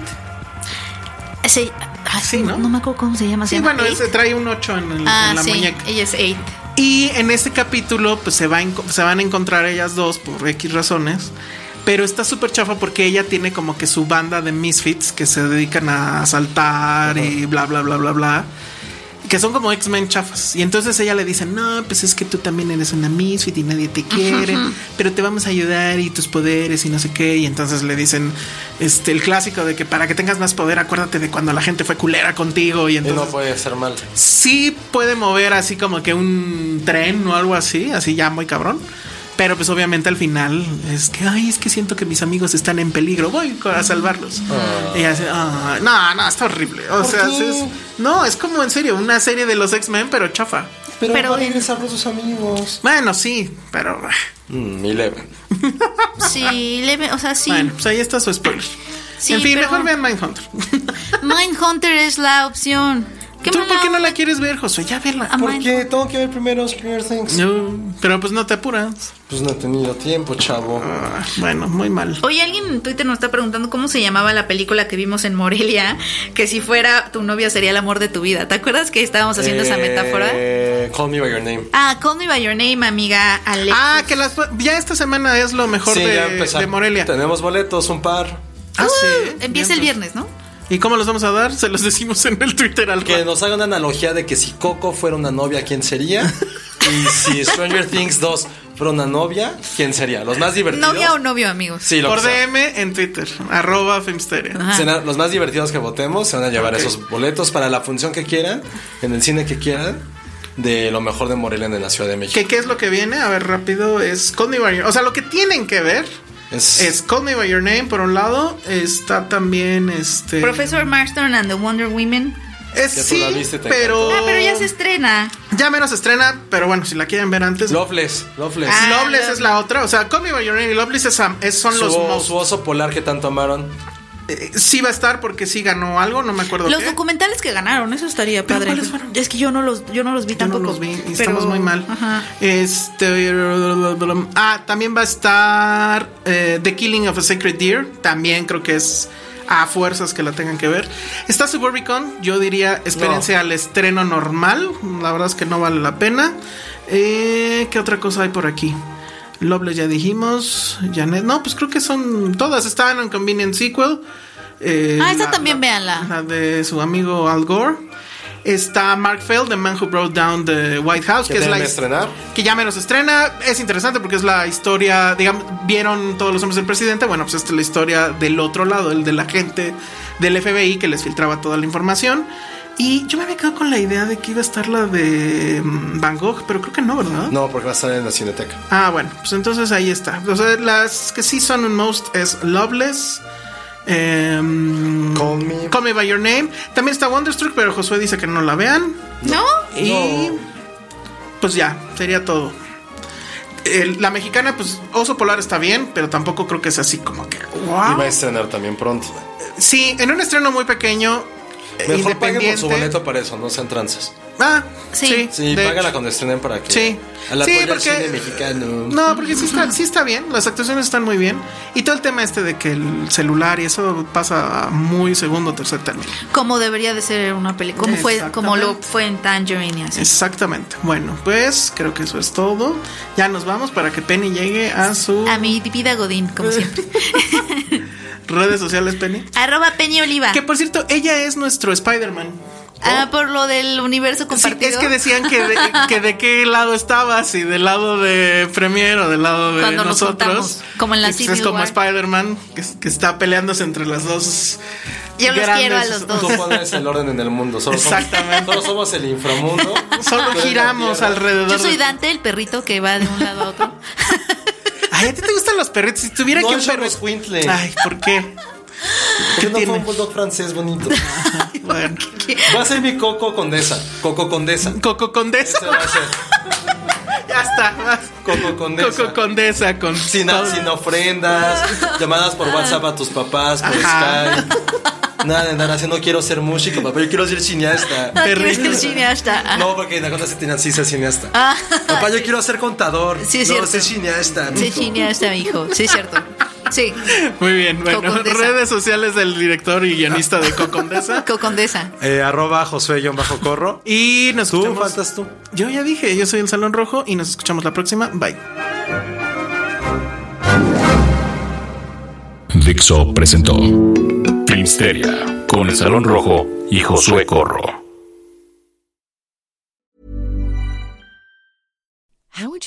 Speaker 2: Sí, ay,
Speaker 4: Sí,
Speaker 2: no,
Speaker 4: ¿no?
Speaker 2: no me acuerdo cómo se llama. ¿se
Speaker 4: Sí,
Speaker 2: llama
Speaker 4: bueno,
Speaker 2: Eight?
Speaker 4: se trae un 8 en, el-
Speaker 2: Ah,
Speaker 4: en la
Speaker 2: sí,
Speaker 4: muñeca.
Speaker 2: ella es Eight.
Speaker 4: Y en este capítulo, pues se, va a enco- se van a encontrar ellas dos por X razones. Pero está súper chafa porque ella tiene como que su banda de misfits que se dedican a asaltar y bla, bla, bla, bla, bla. Que son como X-Men chafas. Y entonces ella le dice, no, pues es que tú también eres una misfit y nadie te quiere, pero te vamos a ayudar y tus poderes y no sé qué. Y entonces le dicen, este, el clásico de que para que tengas más poder, acuérdate de cuando la gente fue culera contigo. Y
Speaker 3: Y no
Speaker 4: entonces
Speaker 3: puede ser mal.
Speaker 4: sí puede mover así como que un tren o algo así, así ya muy cabrón. Pero pues obviamente al final es que, ay, es que siento que mis amigos están en peligro, voy co- a salvarlos. Y hace, "Ah, no, no, está horrible. O sea,
Speaker 3: qué?
Speaker 4: es- no, es como en serio, una serie de los X-Men, pero chafa.
Speaker 3: Pero,
Speaker 2: Pero-
Speaker 3: va a regresar con sus amigos.
Speaker 4: Bueno, sí, pero... ah,
Speaker 3: Mm, Eleven.
Speaker 2: Sí, leve- o sea, sí.
Speaker 4: Bueno, pues ahí está su spoiler.
Speaker 2: Sí,
Speaker 4: en fin,
Speaker 2: pero-
Speaker 4: mejor vean Mindhunter.
Speaker 2: Mindhunter es la opción.
Speaker 4: ¿Tú por qué no la quieres ver, Josué? Ya vela.
Speaker 3: Porque tengo que ver primero Stranger Things.
Speaker 4: Ah, No, pero pues no te apuras.
Speaker 3: Pues no he tenido tiempo, chavo.
Speaker 4: bueno, muy mal.
Speaker 2: Oye, alguien en Twitter nos está preguntando cómo se llamaba la película que vimos en Morelia, que si fuera tu novia sería el amor de tu vida. ¿Te acuerdas que estábamos haciendo
Speaker 4: Eh.
Speaker 2: esa metáfora?
Speaker 3: Eh, Call me by your name.
Speaker 2: Ah, Call Me By Your Name, amiga Alex.
Speaker 4: Ah, que las, ya esta semana es lo mejor
Speaker 3: Sí, ya
Speaker 4: de,
Speaker 3: empezamos.
Speaker 4: de Morelia.
Speaker 3: Tenemos boletos, un par.
Speaker 4: Ah, sí.
Speaker 2: uh, Empieza el viernes, ¿no?
Speaker 4: ¿Y cómo los vamos a dar? Se los decimos en el Twitter al
Speaker 3: Que nos haga una analogía de que si Coco fuera una novia, ¿quién sería? y si Stranger Things 2 fuera una novia, ¿quién sería? Los más divertidos.
Speaker 2: ¿Novia o novio, amigos?
Speaker 3: Sí, lo
Speaker 4: Por
Speaker 3: que sea.
Speaker 4: DM en Twitter, arroba Filmsteria.
Speaker 3: Serán los más divertidos que votemos se van a llevar esos boletos para la función que quieran, en el cine que quieran, de lo mejor de Morelia en la Ciudad de México.
Speaker 4: ¿Qué, ¿Qué es lo que viene? A ver, rápido, es Call Me By Your O sea, lo que tienen que ver
Speaker 3: Es-
Speaker 4: es, Call Me By Your Name, por un lado. Está también este...
Speaker 2: Professor Marston and the Wonder Women.
Speaker 4: Es,
Speaker 3: Ya tú
Speaker 4: sí,
Speaker 3: la viste, te
Speaker 4: pero...
Speaker 2: Ah, pero ya se estrena.
Speaker 4: Ya menos estrena, pero bueno, si la quieren ver antes...
Speaker 3: Loveless, Loveless.
Speaker 2: Ah,
Speaker 4: Loveless es la otra. O sea, Call Me By Your Name y Loveless es, am- es- son
Speaker 3: su,
Speaker 4: los
Speaker 3: o-
Speaker 4: most...
Speaker 3: su oso polar que tanto amaron.
Speaker 4: eh, sí va a estar porque sí ganó algo, no me acuerdo
Speaker 2: Los
Speaker 4: qué.
Speaker 2: documentales que ganaron, eso estaría
Speaker 4: ¿eh? ¿Pero
Speaker 2: padre.
Speaker 4: cuáles fueron?
Speaker 2: Es que yo no los, yo no los vi
Speaker 4: Yo no
Speaker 2: tampoco.
Speaker 4: los vi, y
Speaker 2: pero-
Speaker 4: estamos muy mal.
Speaker 2: Ajá.
Speaker 4: Este. Ah, también va a estar eh, The Killing of a Sacred Deer. También creo que es a fuerzas que la tengan que ver. Está Suburbicon. Yo diría, espérense al estreno normal. La verdad es que no vale la pena. Eh, ¿Qué otra cosa hay por aquí? Loveless ya dijimos. Janet. No, pues creo que son todas. Estaban en Convenient Sequel. Eh,
Speaker 2: Ah, esa
Speaker 4: la-
Speaker 2: también
Speaker 4: la-
Speaker 2: véanla.
Speaker 4: la de su amigo Al Gore. Está Mark Feld, The Man Who Brought Down the White House,
Speaker 3: ¿Qué
Speaker 4: que es la
Speaker 3: tienen que
Speaker 4: his-
Speaker 3: estrenar?
Speaker 4: que ya menos estrena. Es interesante porque es la historia, digamos, vieron todos los hombres del presidente. Bueno, pues esta es la historia del otro lado, el de la gente del FBI que les filtraba toda la información. Y yo me había quedado con la idea de que iba a estar la de mm, Van Gogh, pero creo que no, ¿verdad?
Speaker 3: No, porque va a estar en la Cineteca.
Speaker 4: Ah, bueno, pues entonces ahí está. O sea, las que sí son un most es Loveless. em,
Speaker 3: Call Me-
Speaker 4: Call Me by Your Name. También está Wonderstruck, pero Josué dice que no la vean.
Speaker 2: ¿No?
Speaker 4: Y pues ya, sería todo. El- la mexicana, pues Oso Polar está bien, pero tampoco creo que es así como que.
Speaker 3: Y va a
Speaker 4: ¡Wow!
Speaker 3: estrenar también pronto.
Speaker 4: Sí, en un estreno muy pequeño. eh,
Speaker 3: Mejor paguen con su
Speaker 4: independiente.
Speaker 3: boleto para eso, no sean tranzas.
Speaker 4: Ah,
Speaker 2: Sí.
Speaker 4: sí.
Speaker 3: Sí,
Speaker 4: de
Speaker 3: págala
Speaker 4: hecho.
Speaker 3: cuando estrenen para que.
Speaker 4: Sí.
Speaker 3: Al
Speaker 4: Sí,
Speaker 3: apoyo al
Speaker 4: porque-
Speaker 3: cine mexicano.
Speaker 4: No, porque sí está, sí está bien, las actuaciones están muy bien. Y todo el tema este de que el celular y eso pasa a muy segundo o tercer término.
Speaker 2: Como debería de ser una película. Como fue, como lo
Speaker 4: Exactamente.
Speaker 2: fue en Tangerine y así.
Speaker 4: Exactamente. Bueno, pues creo que eso es todo. Ya nos vamos para que Penny llegue a sus
Speaker 2: A mi vida Godín, como siempre.
Speaker 4: redes sociales, Penny.
Speaker 2: Arroba Peña Oliva.
Speaker 4: Que por cierto, ella es nuestro Spider-Man.
Speaker 2: Ah, por lo del universo
Speaker 4: Sí,
Speaker 2: compartido.
Speaker 4: es que decían que de, que de qué lado estabas, si del lado de Premier o del lado de
Speaker 2: Cuando nos
Speaker 4: nosotros.
Speaker 2: juntamos, como en la
Speaker 4: Y, pues,
Speaker 2: Civil
Speaker 4: Es como
Speaker 2: War.
Speaker 4: Spider-Man que, que está peleándose entre las dos.
Speaker 2: Yo los quiero a
Speaker 4: grandes-
Speaker 2: los dos.
Speaker 3: No pones el orden en el mundo. Solo
Speaker 4: Exactamente.
Speaker 3: Somos, solo somos el inframundo.
Speaker 4: Solo
Speaker 3: Tú eres la
Speaker 4: giramos
Speaker 3: tierra.
Speaker 4: alrededor.
Speaker 2: Yo soy
Speaker 4: de-
Speaker 2: Dante, el perrito que va de un lado a otro.
Speaker 4: Ay, a ti te gustan los perritos. Si tuviera
Speaker 3: No,
Speaker 4: que un
Speaker 3: yo soy
Speaker 4: perro.
Speaker 3: Squintle.
Speaker 4: Ay, ¿por qué?
Speaker 3: ¿Por qué no fue
Speaker 4: tiene?
Speaker 3: un bulldog francés bonito?
Speaker 4: Bueno.
Speaker 3: Va a ser mi Coco Condesa. Coco Condesa.
Speaker 4: Coco Condesa.
Speaker 3: Ese va a ser.
Speaker 4: Ya está. vas.
Speaker 3: Coco Condesa.
Speaker 4: Coco Condesa con.
Speaker 3: Sin,
Speaker 4: todo.
Speaker 3: sin ofrendas, llamadas por WhatsApp a tus papás, por
Speaker 4: Ajá.
Speaker 3: Skype. Nada de andar así, no quiero ser músico, papá, yo quiero ser cineasta.
Speaker 2: Quiero ser cineasta.
Speaker 3: No, porque en la cosa se tenía así, ser cineasta.
Speaker 2: Ah.
Speaker 3: Papá, yo quiero ser contador.
Speaker 2: Sí, es
Speaker 3: no,
Speaker 2: cierto.
Speaker 3: ser cineasta.
Speaker 2: Sí,
Speaker 3: mijo.
Speaker 2: cineasta, mi hijo. Sí, es cierto. Sí.
Speaker 4: Muy bien, bueno.
Speaker 2: Coco Condesa.
Speaker 4: Redes sociales del director y guionista de Coco Condesa.
Speaker 2: Cocondesa.
Speaker 3: Eh, arroba Josué-Corro.
Speaker 4: Y nos
Speaker 3: Tú
Speaker 4: escuchamos.
Speaker 3: faltas tú.
Speaker 4: Yo ya dije, yo soy el Salón Rojo y nos escuchamos la próxima. Bye.
Speaker 5: Dixo presentó Filmsteria con el Salón Rojo y Josué Corro.
Speaker 7: How would